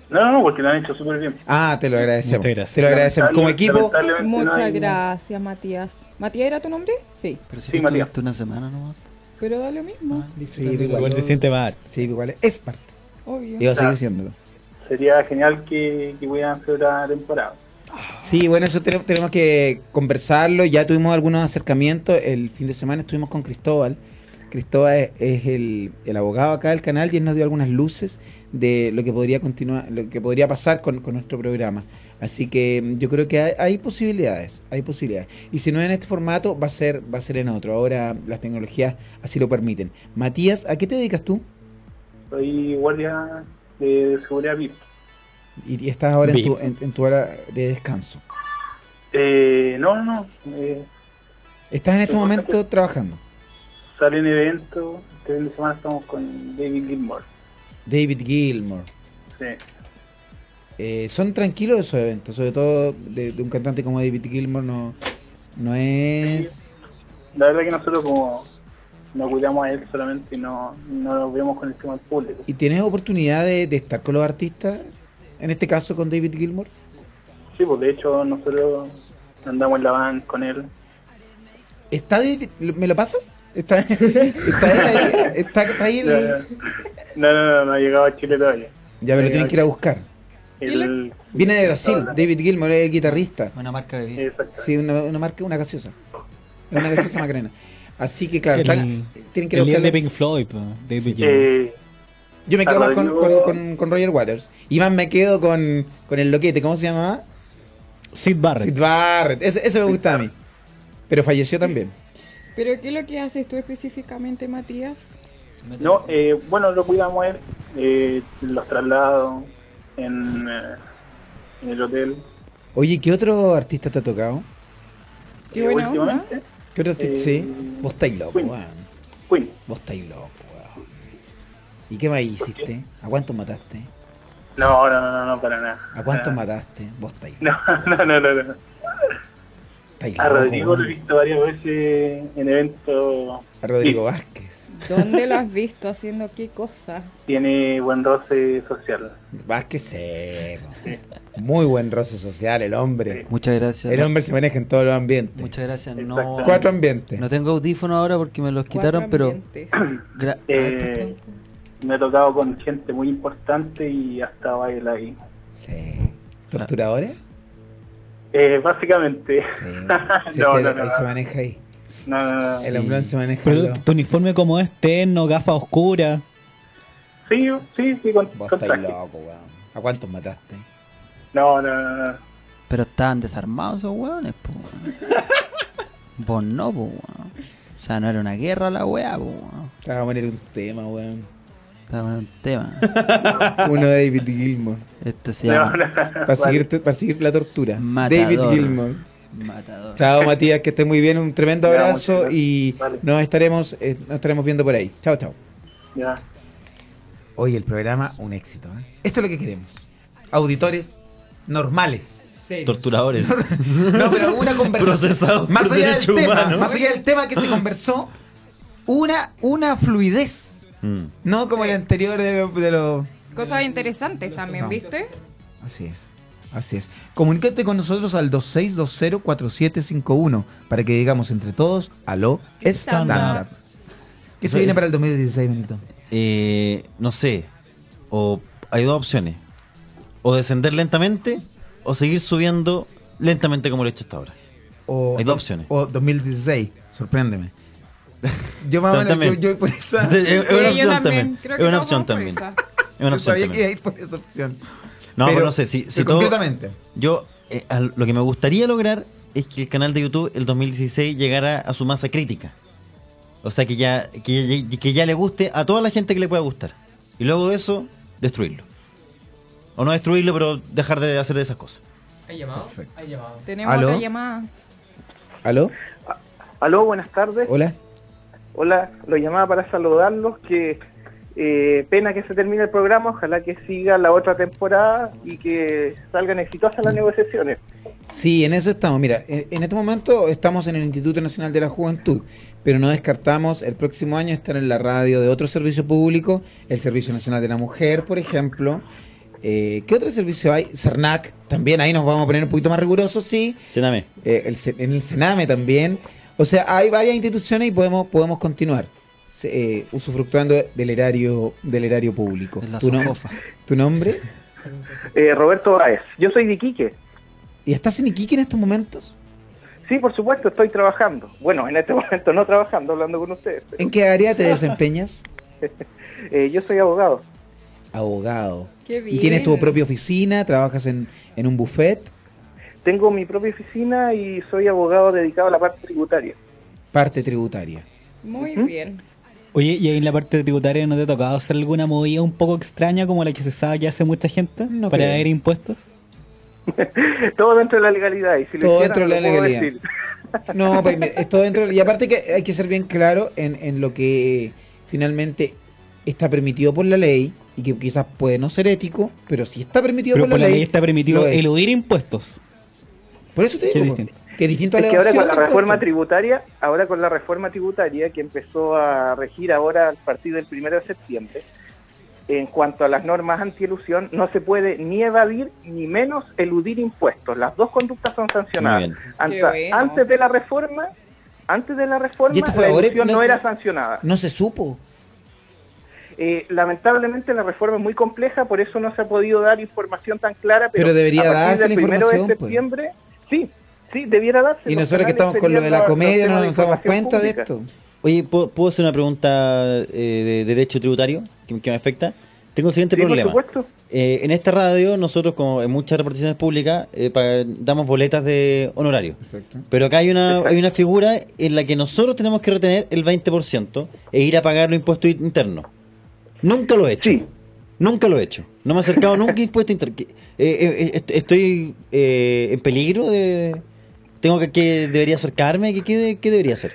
S12: No, no, no, porque lo han hecho súper bien.
S7: Ah, te lo agradecemos.
S3: Muchas gracias.
S7: Te lo agradecemos. Como
S12: Lamentable-
S7: equipo,
S12: lamentablemente no
S5: Muchas
S12: hay-
S5: gracias, Matías. ¿Matías era tu nombre? Sí.
S6: Pero si
S12: Sí,
S6: tú
S12: Matías.
S6: estuviste una semana nomás.
S5: Pero da lo mismo,
S7: sí, igual,
S3: Igual se siente mal.
S7: sí, igual es parte.
S5: obvio.
S7: Y va a seguir
S12: Claro.
S7: siéndolo.
S12: Sería genial que, que pudieran hacer otra temporada.
S7: Sí, bueno, eso tenemos, tenemos que conversarlo. Ya tuvimos algunos acercamientos. El fin de semana estuvimos con Cristóbal. Cristóbal es, es el, el abogado acá del canal y él nos dio algunas luces de lo que podría continuar, lo que podría pasar con, con nuestro programa. Así que mm, yo creo que hay, hay posibilidades, hay posibilidades. Y si no es en este formato, va a ser, va a ser en otro. Ahora las tecnologías así lo permiten. Matías, ¿a qué te dedicas tú?
S12: Soy guardia de seguridad VIP.
S7: Y, y estás ahora en
S3: Bien.
S7: tu, en- en tu hora de descanso.
S12: Eh, no, no, no. eh,
S7: Estás en este
S12: Estoy
S7: momento trabajando.
S12: salen eventos. Este fin de semana estamos con David Gilmore.
S7: David Gilmore.
S12: Sí.
S7: Eh, son tranquilos esos eventos, sobre todo de, de un cantante como David Gilmour no, no es
S11: la verdad que nosotros como nos cuidamos a él solamente y no, no lo vemos con el tema del público.
S7: ¿Y tienes oportunidad de, de estar con los artistas? En este caso con David Gilmour.
S11: Sí, pues de hecho nosotros andamos en la van con él.
S7: ¿Está David- ¿Me lo pasas? ¿Está, está él ahí? ¿Está, está ahí el-
S11: No, no, no, no, no ha llegado a Chile todavía.
S7: Ya, pero tienen que ir a buscar.
S11: El-
S7: Viene de Brasil, David Gilmour es el guitarrista.
S8: Una marca de
S11: Exacto.
S7: Sí, una, una marca, una gaseosa. Es Una gaseosa macarena. Así que, claro,
S3: el,
S7: están- tienen que ir a
S3: el líder de
S7: buscarlo.
S3: Pink Floyd, po, David Gilmour.
S11: Eh,
S7: Yo me
S11: a
S7: quedo más con,
S11: Rodrigo-
S7: con- con- con Roger Waters. Y más me quedo con, con el loquete, ¿cómo se llamaba?
S3: Sid Barrett.
S7: Sid Barrett. Ese, ese me gusta a mí. Pero falleció también.
S5: ¿Pero qué es lo que haces tú específicamente, Matías?
S11: No, eh, bueno, lo cuidamos a él, eh, los traslados en, eh, en el hotel.
S7: Oye, ¿qué otro artista te ha tocado?
S5: Qué buena onda.
S11: Eh, últimamente,
S7: ¿Qué otro artista?
S11: Eh,
S7: sí. Vos estáis loco,
S11: Queen.
S7: weón.
S11: Queen.
S7: Vos estáis loco, weón. ¿Y qué más hiciste? ¿A cuántos mataste?
S11: No, no, no, no, para nada.
S7: ¿A cuántos
S11: Ah,
S7: mataste? Vos estáis
S11: No, no, no, no, no.
S7: estáis
S11: A
S7: loco,
S11: Rodrigo lo he
S7: weón.
S11: visto varias veces en eventos.
S7: A Rodrigo Vázquez.
S5: ¿Dónde lo has visto haciendo qué cosa?
S11: Tiene buen roce social.
S7: Vázquez seco. Muy buen roce social, el hombre.
S6: Muchas gracias.
S7: El hombre se maneja en todos los ambientes.
S6: Muchas gracias. No,
S7: Cuatro ambientes.
S6: no tengo audífonos ahora porque me los quitaron, pero... gra-
S11: Eh, me he tocado con gente muy importante y hasta baila ahí.
S7: Sí. ¿Torturadores?
S11: Eh, básicamente.
S7: Sí,
S11: no,
S7: sí,
S11: no,
S7: él-
S11: no,
S7: él se maneja ahí.
S11: no, no, no.
S7: El hombre se maneja.
S3: Pero
S7: lo-
S3: tu uniforme como es terno, gafa oscura.
S11: Sí, sí, sí, con,
S7: Vos
S11: con traje.
S7: estáis loco, weón. ¿A cuántos mataste?
S11: No, no, no, no.
S6: Pero estaban desarmados esos hueones, po. weón. Vos no, po, weón. O sea, no era una guerra la weá, po, weón.
S7: Te vas a poner un tema, weón.
S6: Estaba en un tema.
S7: Uno de David Gilmour.
S6: Esto se llama
S11: No, no, no.
S7: Para, seguirte- para seguir la tortura. David
S6: Matador.
S7: Gilmour.
S6: Matador.
S7: Chao, Matías, que estés muy bien. Un tremendo
S11: Ya, muchas
S7: abrazo
S11: gracias.
S7: y
S11: Vale.
S7: nos, estaremos, eh, nos estaremos viendo por ahí. Chao, chao.
S11: Ya.
S7: Hoy el programa, un éxito. ¿eh? Esto es lo que queremos. Auditores normales.
S4: Torturadores.
S7: No, pero una conversación.
S4: Procesados
S7: más
S4: por
S7: allá del
S4: derecho
S7: tema,
S4: humano.
S7: más allá del tema que se conversó, una, una fluidez.
S4: Mm.
S7: No como el anterior de los... de los-
S5: Cosas interesantes también, ¿viste?
S7: Así es. Así es. Comunícate con nosotros al 2620-4751 para que digamos entre todos aló estándar. ¿Qué se viene para el 2016, Benito?
S4: Eh, no sé. O hay dos opciones. O descender lentamente o seguir subiendo lentamente como lo he hecho hasta ahora.
S7: O,
S4: Hay dos opciones.
S7: O 2016.
S4: Sorpréndeme.
S7: Yo más o menos,
S4: También.
S7: yo, yo voy por esa.
S4: Es- es una
S5: Sí, yo
S4: opción también.
S5: Creo
S4: Es
S5: que
S4: una
S5: todos vamos por
S4: opción también.
S5: esa.
S4: Es una
S7: yo
S4: opción
S7: sabía que
S4: también.
S7: iba a ir por esa opción.
S4: No,
S7: Pero-
S4: pero no sé, si, si
S7: pero
S4: todo-
S7: concretamente.
S4: Yo, eh, al- lo que me gustaría lograr es que el canal de YouTube el 2016 llegara a su masa crítica. O sea, que ya, que, ya- que ya le guste a toda la gente que le pueda gustar. Y luego de eso, destruirlo. O no destruirlo, pero dejar de hacer esas cosas.
S1: ¿Hay llamado? ¿Hay llamado?
S5: Tenemos
S7: ¿Aló?
S5: otra llamada.
S7: ¿Aló?
S13: Aló, buenas tardes.
S7: ¿Hola?
S13: Hola, lo llamaba para saludarlos. Que eh, pena que se termine el programa. Ojalá que siga la otra temporada y que salgan exitosas las negociaciones.
S7: Sí, en eso estamos. Mira, en, en este momento estamos en el Instituto Nacional de la Juventud, pero no descartamos el próximo año estar en la radio de otro servicio público, el Servicio Nacional de la Mujer, por ejemplo. Eh, ¿Qué otro servicio hay? CERNAC, también ahí nos vamos a poner un poquito más rigurosos, sí.
S4: Cename.
S7: Eh, el C- en el CENAME también. O sea, hay varias instituciones y podemos, podemos continuar se- eh, usufructuando del erario, del erario público.
S6: En la
S7: ¿Tu, nom-
S6: sofofa.
S7: ¿Tu nombre?
S13: Eh, Roberto Báez, yo soy de Iquique.
S7: ¿Y estás en Iquique en estos momentos?
S13: Sí, por supuesto, estoy trabajando. Bueno, en este momento no trabajando, hablando con ustedes. pero,
S7: ¿En qué área te desempeñas?
S13: eh, yo soy abogado.
S7: Abogado.
S5: Qué
S7: ¿Y tienes tu
S5: bien.
S7: propia oficina? ¿Trabajas en, en un buffet?
S13: Tengo mi propia oficina y soy abogado dedicado a la parte tributaria.
S7: Parte tributaria.
S5: Muy bien.
S3: Oye, ¿y ahí en la parte tributaria no te ha tocado hacer alguna movida un poco extraña como la que se sabe que hace mucha gente
S7: No
S3: para
S7: creo.
S3: ver impuestos?
S13: Todo dentro de la legalidad. Y si lo
S7: Todo
S13: hiciera,
S7: dentro
S13: no
S7: de la
S13: lo puedo
S7: legalidad.
S13: decir.
S7: No, pues, mira, es todo dentro. Y aparte que hay que ser bien claro en, en lo que eh, finalmente está permitido por la ley y que quizás puede no ser ético, pero si está permitido
S3: Pero
S7: por la ley.
S3: está permitido
S7: lo es.
S3: eludir impuestos.
S7: Por eso te
S3: Qué
S7: digo.
S3: distinto.
S7: po. Que es distinto a
S13: Es
S7: la
S13: que ahora
S7: evasión
S13: con la
S7: de impuestos.
S13: reforma tributaria, ahora con la reforma tributaria que empezó a regir ahora a partir del 1 de septiembre, en cuanto a las normas antielusión, no se puede ni evadir ni menos eludir impuestos. Las dos conductas son sancionadas.
S4: Muy bien.
S13: Ante-
S5: Qué bueno.
S13: Antes de la reforma, antes de la reforma,
S7: ¿Y esto fue
S13: la
S7: ahora?
S13: elusión
S7: No-
S13: no, era sancionada.
S7: No se supo.
S13: Eh, lamentablemente la reforma es muy compleja, por eso no se ha podido dar información tan clara. Pero,
S7: Pero debería
S13: a partir
S7: darse
S13: del
S7: la
S13: primero de
S7: información, pues.
S13: septiembre, sí, sí, debiera darse.
S7: Y
S13: Los
S7: nosotros que
S13: canales
S7: estamos con lo de
S13: tenían
S7: la
S13: los-
S7: comedia
S13: los
S7: no
S13: temas
S7: nos damos
S13: información
S7: cuenta de
S13: pública.
S7: esto.
S4: Oye, ¿puedo, puedo hacer una pregunta eh, de derecho tributario que, que me afecta? Tengo el siguiente
S13: Sí, por
S4: Este problema.
S13: supuesto.
S4: Eh, en esta radio, nosotros, como en muchas reparticiones públicas, eh, pa- damos boletas de honorario. Pero acá hay una, hay una figura en la que nosotros tenemos que retener el 20% e ir a pagar los impuestos internos. Nunca lo he hecho. Nunca lo he hecho. No me he acercado nunca a impuestos internos. Eh, eh, est- ¿Estoy eh, en peligro? De, ¿Tengo que, que debería acercarme? ¿Qué, qué, qué debería hacer?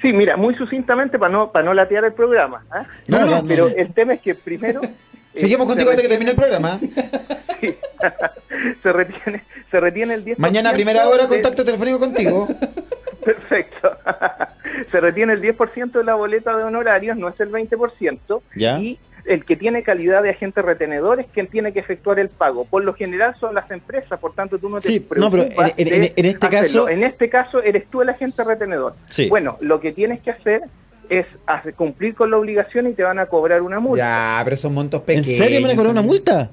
S13: Sí, mira, muy sucintamente para no, para no latear el programa. ¿ah?
S4: No, no, no.
S13: Pero el tema es que primero... eh,
S7: Seguimos
S13: se
S7: contigo hasta que
S13: retiene-
S7: termine el programa. ¿eh?
S13: Se retiene, se retiene el 10%.
S7: Mañana a primera hora
S13: de-
S7: contacto telefónico contigo.
S13: Perfecto. se retiene el 10% de la boleta de honorarios, no es el 20%.
S4: ¿Ya?
S13: Y el que tiene calidad de agente retenedor es quien tiene que efectuar el pago. Por lo general son las empresas, por tanto tú no te
S4: Sí, no, pero en-
S13: preocupas
S4: en-
S13: de
S4: en- en este
S13: hacerlo.
S4: caso-
S13: En este caso eres tú el agente retenedor.
S4: Sí.
S13: Bueno, lo que tienes que hacer es hacer- cumplir con la obligación y te van a cobrar una multa.
S7: Ya, pero son montos
S4: ¿En
S7: pequeños.
S4: serio me van a cobrar una
S7: este
S4: multa?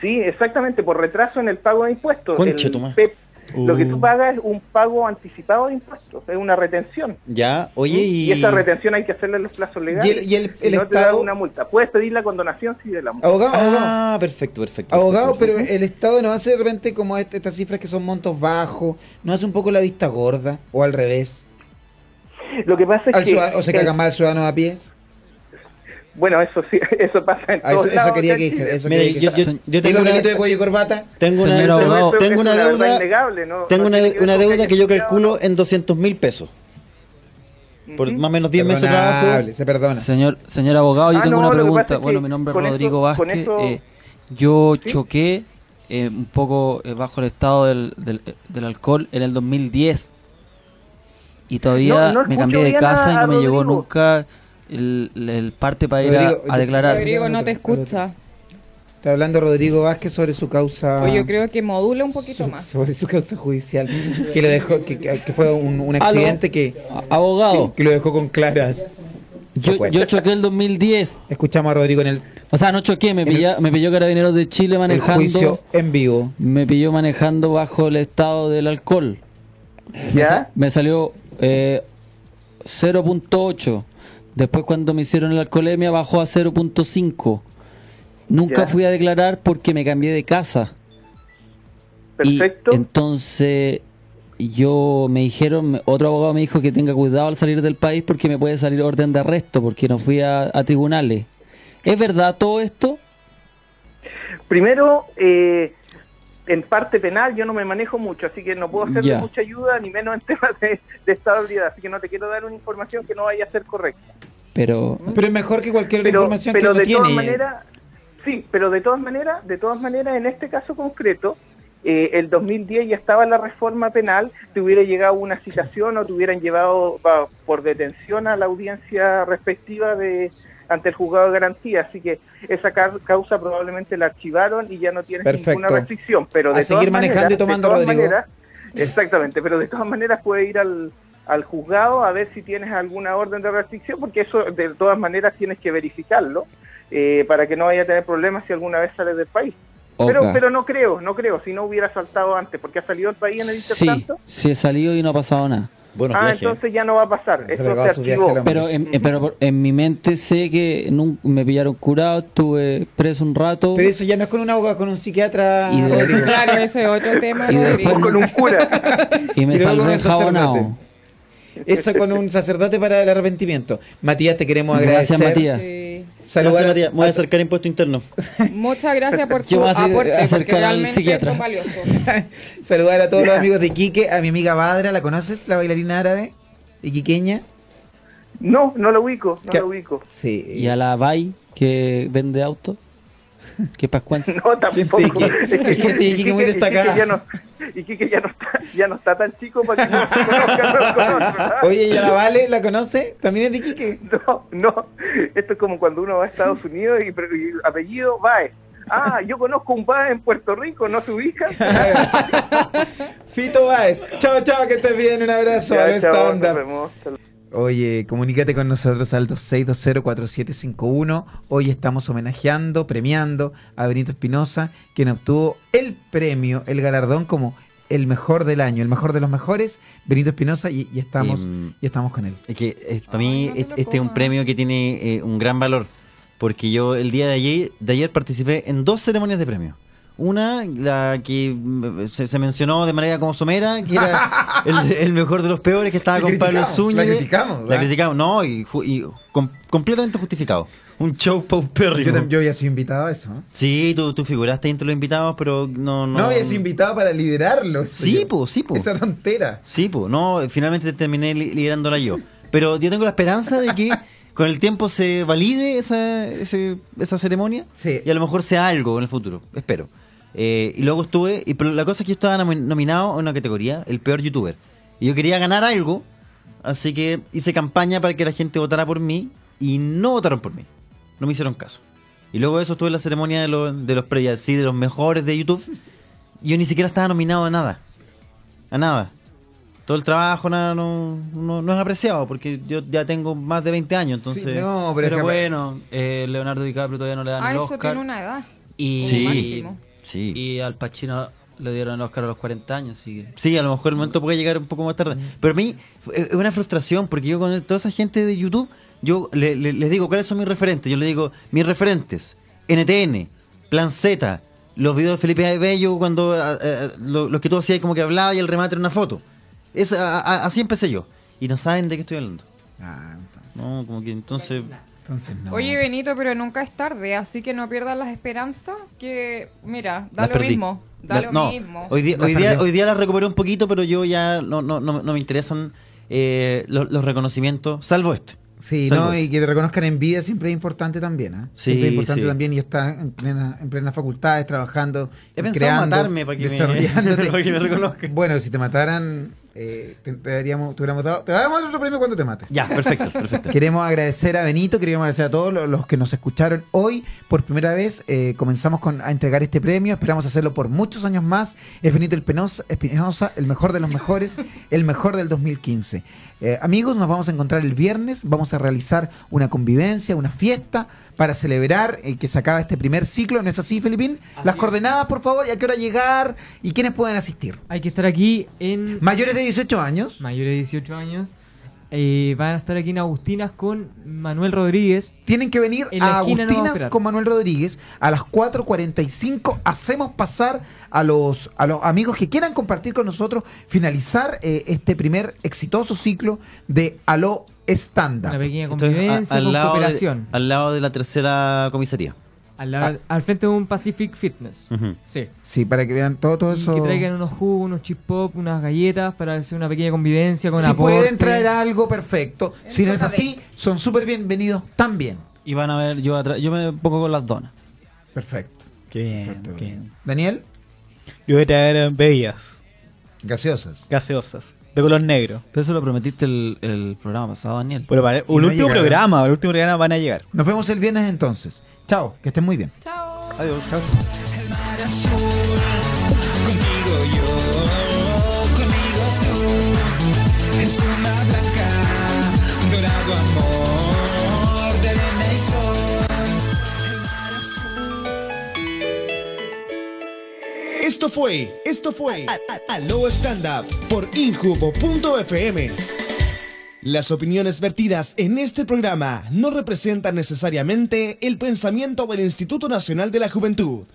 S13: Sí, exactamente, por retraso en el pago de impuestos.
S4: Concha
S13: El
S4: tu madre.
S13: PEP, Lo que
S4: Uh.
S13: tú pagas es un pago anticipado de impuestos, es una retención.
S4: Ya, oye,
S7: ¿Mm?
S4: y...
S13: esa retención hay que hacerla en los plazos legales.
S7: Y el- y el-
S13: Si
S7: el
S13: no te da
S7: Estado-
S13: una multa. Puedes pedir la condonación si de la multa.
S7: Abogado, abogado.
S4: Ah, perfecto, perfecto.
S7: Abogado,
S4: perfecto,
S7: pero
S4: perfecto.
S7: el Estado no hace de repente como este- estas cifras que son montos bajos, no hace un poco la vista gorda, o al revés.
S13: Lo que pasa es
S7: Al
S13: que.
S7: ciudadano- o se
S13: el-
S7: caga mal al ciudadano a pies.
S13: Bueno, eso sí, eso pasa en
S7: Ah, eso,
S13: todos
S7: eso
S13: lados.
S7: quería
S13: acá
S7: que
S13: en
S7: dijera.
S13: Chile.
S7: Eso
S4: Mire,
S7: quería que
S4: yo-
S7: dijera.
S4: yo- yo
S7: ¿Y
S4: tengo
S7: los
S4: una-
S7: delitos de cuello y corbata?
S4: Tengo una,
S6: Señor
S4: tengo-
S6: abogado.
S4: tengo
S13: Es
S4: una
S13: verdad
S4: deuda,
S13: innegable, ¿no?
S4: tengo
S13: No
S4: una,
S13: tiene que ver
S4: una
S13: con
S4: deuda que yo
S13: haya
S4: calculo en 200 mil pesos. Por más o menos 10 meses de trabajo.
S7: Perdonable, se perdona.
S6: Señor, señor abogado, yo
S13: Ah, no,
S6: tengo una
S13: lo que
S6: pregunta.
S13: pasa es que
S6: Bueno, mi nombre es
S13: con
S6: Rodrigo
S13: esto- con
S6: Vázquez.
S13: esto-
S6: eh, yo choqué eh, un poco eh, bajo el estado del, del- eh, del alcohol en el 2010. Y todavía
S13: No, no
S6: me
S13: escucho
S6: cambié de
S13: bien
S6: casa
S13: a-
S6: y no
S13: a
S6: me llegó
S13: Rodrigo.
S6: nunca el, el parte para ir a-
S7: Rodrigo,
S6: a,
S7: yo-
S6: declarar.
S5: Rodrigo no te escucha.
S7: Está hablando Rodrigo Vázquez sobre su causa.
S5: Pues yo creo que modula un poquito más.
S7: sobre su causa judicial que lo dejó que, que- que fue un, un accidente que,
S6: Abogado,
S7: que lo dejó con claras
S6: yo, yo choqué el 2010.
S7: escuchamos a Rodrigo en el,
S6: O sea, no choqué, me,
S7: En el-
S6: pilla- me pilló Carabineros de Chile
S7: el
S6: manejando.
S7: juicio en vivo
S6: Me pilló manejando bajo el estado del alcohol. Me, sa- me salió eh, 0.8. Después cuando me hicieron la alcoholemia bajó a 0.5. Nunca
S13: Ya.
S6: fui a declarar porque me cambié de casa. Y
S13: Perfecto.
S6: entonces yo me dijeron, me- otro abogado me dijo que tenga cuidado al salir del país porque me puede salir orden de arresto porque no fui a, a tribunales. ¿Es verdad todo esto?
S13: Primero, eh, en parte penal yo no me manejo mucho, así que no puedo hacerle
S6: Ya.
S13: mucha ayuda, ni menos en temas de, de estabilidad. Así que no te quiero dar una información que no vaya a ser correcta.
S6: Pero
S7: pero es mejor que cualquier otra
S13: pero,
S7: información
S13: pero
S7: que uno
S13: de todas
S7: tiene
S13: maneras sí pero de todas maneras de todas maneras en este caso concreto eh, el 2010 ya estaba la reforma penal te hubiera llegado una citación o te hubieran llevado pa- por detención a la audiencia respectiva de ante el juzgado de garantía así que esa ca- causa probablemente la archivaron y ya no tienes ninguna
S7: Perfecto.
S13: restricción pero
S7: A
S13: de todas
S7: seguir manejando
S13: maneras-
S7: y tomando,
S13: de todas
S7: Rodrigo.
S13: maneras- exactamente pero de todas maneras puede ir al al juzgado a ver si tienes alguna orden de restricción, porque eso de todas maneras tienes que verificarlo eh, para que no vaya a tener problemas si alguna vez sales del país. Pero,
S6: Oca.
S13: pero no creo, no creo, si no hubiera saltado antes, porque ha salido del país en el
S6: sí,
S13: intertanto.
S6: sí he salido y no ha pasado nada.
S4: Buenos
S13: Ah,
S4: viajes.
S13: entonces ya no va a pasar.
S7: Se
S13: Esto
S7: pegaba
S13: se
S7: su viaje
S13: archivó.
S7: a la
S6: Pero en, en- pero por- en mi mente sé que nun- me pillaron curado, estuve preso un rato
S7: pero eso ya no es con un abogado con un psiquiatra
S6: Y de-
S7: Rodrigo.
S5: Claro, ese es otro tema,
S6: Y
S5: Rodrigo.
S6: después-
S13: Con un cura.
S6: y me
S7: y luego con
S6: salvé
S7: un
S6: enjabonado.
S7: sacerdote. eso con un sacerdote para el arrepentimiento Matías te queremos agradecer
S6: Gracias, Matías.
S5: Sí.
S7: saludar
S4: Gracias, Matías. Me voy a
S7: a-
S4: acercar a impuesto interno.
S5: Muchas gracias por
S6: Yo
S5: tu
S6: me voy a
S5: aporte, porque
S6: acercar al
S5: realmente
S6: psiquiatra.
S5: eso es valioso.
S7: Saludar a todos los amigos de Quique, a mi amiga Badra, ¿la conoces? La bailarina árabe y quiqueña.
S13: No, no lo ubico, no
S7: ¿Qué?
S13: lo ubico.
S7: Sí.
S6: Y a la Bay que vende autos, que es pascuense.
S13: No, tampoco.
S7: Gente de Iquique- gente de Iquique
S13: Iquique-
S7: muy
S13: Iquique
S7: destacada.
S13: ya no- Iquique ya no está, ya no está tan chico para que no se conozca con otro.
S7: Oye, ¿y a la Vale la conoce? ¿También es de Iquique?
S13: No, no. Esto es como cuando uno va a Estados Unidos y, pre- y apellido Baez. Ah, yo conozco un Baez en Puerto Rico, ¿no se ubica?
S7: Fito Báez. Chao, chao, que estés bien. Un abrazo
S13: Ya,
S7: a
S13: chao, nos
S7: esta onda.
S13: vemos.
S7: Oye, comunícate con nosotros al 26204751. Hoy estamos homenajeando, premiando a Benito Espinosa, quien obtuvo el premio, el galardón como el mejor del año, el mejor de los mejores, Benito Espinosa, y, y mm, estamos,
S4: Em,
S7: y estamos con él.
S4: Es que es- para mí es- este es un premio que tiene eh, un gran valor, porque yo el día de ayer, de ayer participé en dos ceremonias de premio. Una, la que mm, se, se mencionó de manera como somera, que era el, el mejor de los peores, que estaba
S7: La
S4: con Pablo
S7: criticamos,
S4: Zúñiga.
S7: la criticamos,
S4: La
S7: ¿verdad?
S4: criticamos, no, y, ju- y com- completamente justificado. Un show
S7: Yo,
S4: paupérrimo.
S7: tam- yo había sido invitado a eso. ¿no?
S4: Sí, tú, tú figuraste entre los invitados, pero no...
S7: No, había sido invitado para liderarlo. eso
S4: Sí,
S7: yo.
S4: pues, sí, pues.
S7: Esa tontera.
S4: Sí, pues, no, finalmente terminé li- liderándola yo. Pero yo tengo la esperanza de que con el tiempo se valide esa, ese- esa ceremonia y a lo mejor sea algo en el futuro, espero. Eh, y luego estuve, y, pero la cosa es que yo estaba nomi- nominado en una categoría, el peor youtuber. Y yo quería ganar algo, así que hice campaña para que la gente votara por mí y no votaron por mí, no me hicieron caso. Y luego de eso estuve en la ceremonia de, los de los previas, sí, de los mejores de YouTube. Yo ni siquiera estaba nominado a nada. A nada todo el trabajo nada, no, no, no es apreciado porque yo ya tengo más de 20 años, entonces.
S7: Sí, no, pero es que-
S8: bueno, eh, Leonardo DiCaprio todavía no le dan
S5: Ah,
S8: el
S5: eso
S8: Oscar.
S5: tiene una edad.
S8: Y,
S4: Sí. Máximo.
S8: y al Pacino le dieron el Oscar a los 40 años, así que- Mm.
S4: Sí, a lo mejor el momento puede llegar un poco más tarde. Pero a mí fue- es una frustración porque yo con toda esa gente de YouTube, yo le- le- les digo, ¿cuáles son mis referentes? Yo les digo, mis referentes, NTN, Plan Z, los videos de Felipe Bello cuando ah, ah, lo- los que tú hacías como que hablaba y el remate era una foto. Es, a- a- así empecé yo. Y no saben de qué estoy hablando.
S7: Ah, entonces.
S4: No, como que entonces...
S7: Entonces no.
S5: Oye, Benito, pero nunca es tarde, así que no pierdas las esperanzas. Que, mira, da
S4: Las
S5: lo
S4: perdí.
S5: mismo. Da
S4: La-
S5: lo
S4: no,
S5: mismo.
S4: Hoy día,
S5: Las
S4: hoy, día,
S5: perdió.
S4: hoy día la recuperé un poquito, pero yo ya no, no, no, no me interesan eh, los, los reconocimientos, salvo esto.
S7: Sí,
S4: Salvo
S7: ¿no?
S4: esto.
S7: y que te reconozcan en vida siempre es importante también. ¿ah?
S4: Sí,
S7: siempre es importante
S4: sí.
S7: también y está en plena, en plena facultades, trabajando.
S4: He pensado matarme para que me-
S7: desarrollándote.
S4: para que me reconozcan.
S7: Bueno, si te mataran, eh, te, te daríamos, te hubiéramos dado- te vamos a dar otro premio cuando te mates.
S4: Ya, perfecto, perfecto.
S7: Queremos agradecer a Benito, queremos agradecer a todos lo- los que nos escucharon hoy. Por primera vez eh, comenzamos con, a entregar este premio, esperamos hacerlo por muchos años más. Es Benito el Penosa- Espinosa, el mejor de los mejores, el mejor del 2015. Eh, amigos, nos vamos a encontrar el viernes, vamos a realizar una convivencia, una fiesta para celebrar eh, que se acaba este primer ciclo. ¿No es así, Filipín? Las coordenadas, por favor, y a qué hora llegar y quiénes pueden asistir.
S1: Hay que estar aquí en...
S7: Mayores de 18 años.
S1: Mayores de 18 años. Eh, van a estar aquí en Agustinas con Manuel Rodríguez.
S7: Tienen que venir
S1: En la esquina nos
S7: a
S1: vamos a
S7: Agustinas
S1: esperar.
S7: con Manuel Rodríguez a las 4.45. Hacemos pasar a los, a los amigos que quieran compartir con nosotros, finalizar eh, este primer exitoso ciclo de Aló Estándar.
S1: Una pequeña
S4: Entonces, a-
S1: convivencia
S4: al,
S1: con
S4: lado de,
S1: cooperación.
S4: al lado de la tercera comisaría.
S1: Al, lado- al frente de un Pacific Fitness.
S4: Ujú.
S1: Sí.
S7: Sí, para que vean todo, todo
S1: Y
S7: eso.
S1: que traigan unos jugos, unos chip pop, unas galletas para hacer una pequeña convivencia con
S7: Si
S1: aporte.
S7: pueden traer algo, perfecto. Si no es así, son súper bienvenidos también.
S8: Y van a ver, yo, atrás- yo me pongo con las donas.
S7: Perfecto.
S3: Qué bien, qué bien.
S7: Daniel,
S3: Yo voy a
S8: eh,
S3: traer bebidas.
S7: Gaseosas.
S3: Gaseosas. De color negro.
S8: Pero eso lo prometiste el, el programa pasado, Daniel.
S3: Pero para el
S8: Y no
S3: último
S8: llegaron.
S3: programa, el último programa van a llegar.
S7: nos vemos el viernes entonces. Chao, que estén muy bien.
S3: Adiós.
S9: Conmigo yo, conmigo tú, espuma blanca, dorado amor, de arena y
S14: Esto fue, esto fue A- A- Aló Stand Up por Injubo.fm. Las opiniones vertidas en este programa no representan necesariamente el pensamiento del Instituto Nacional de la Juventud.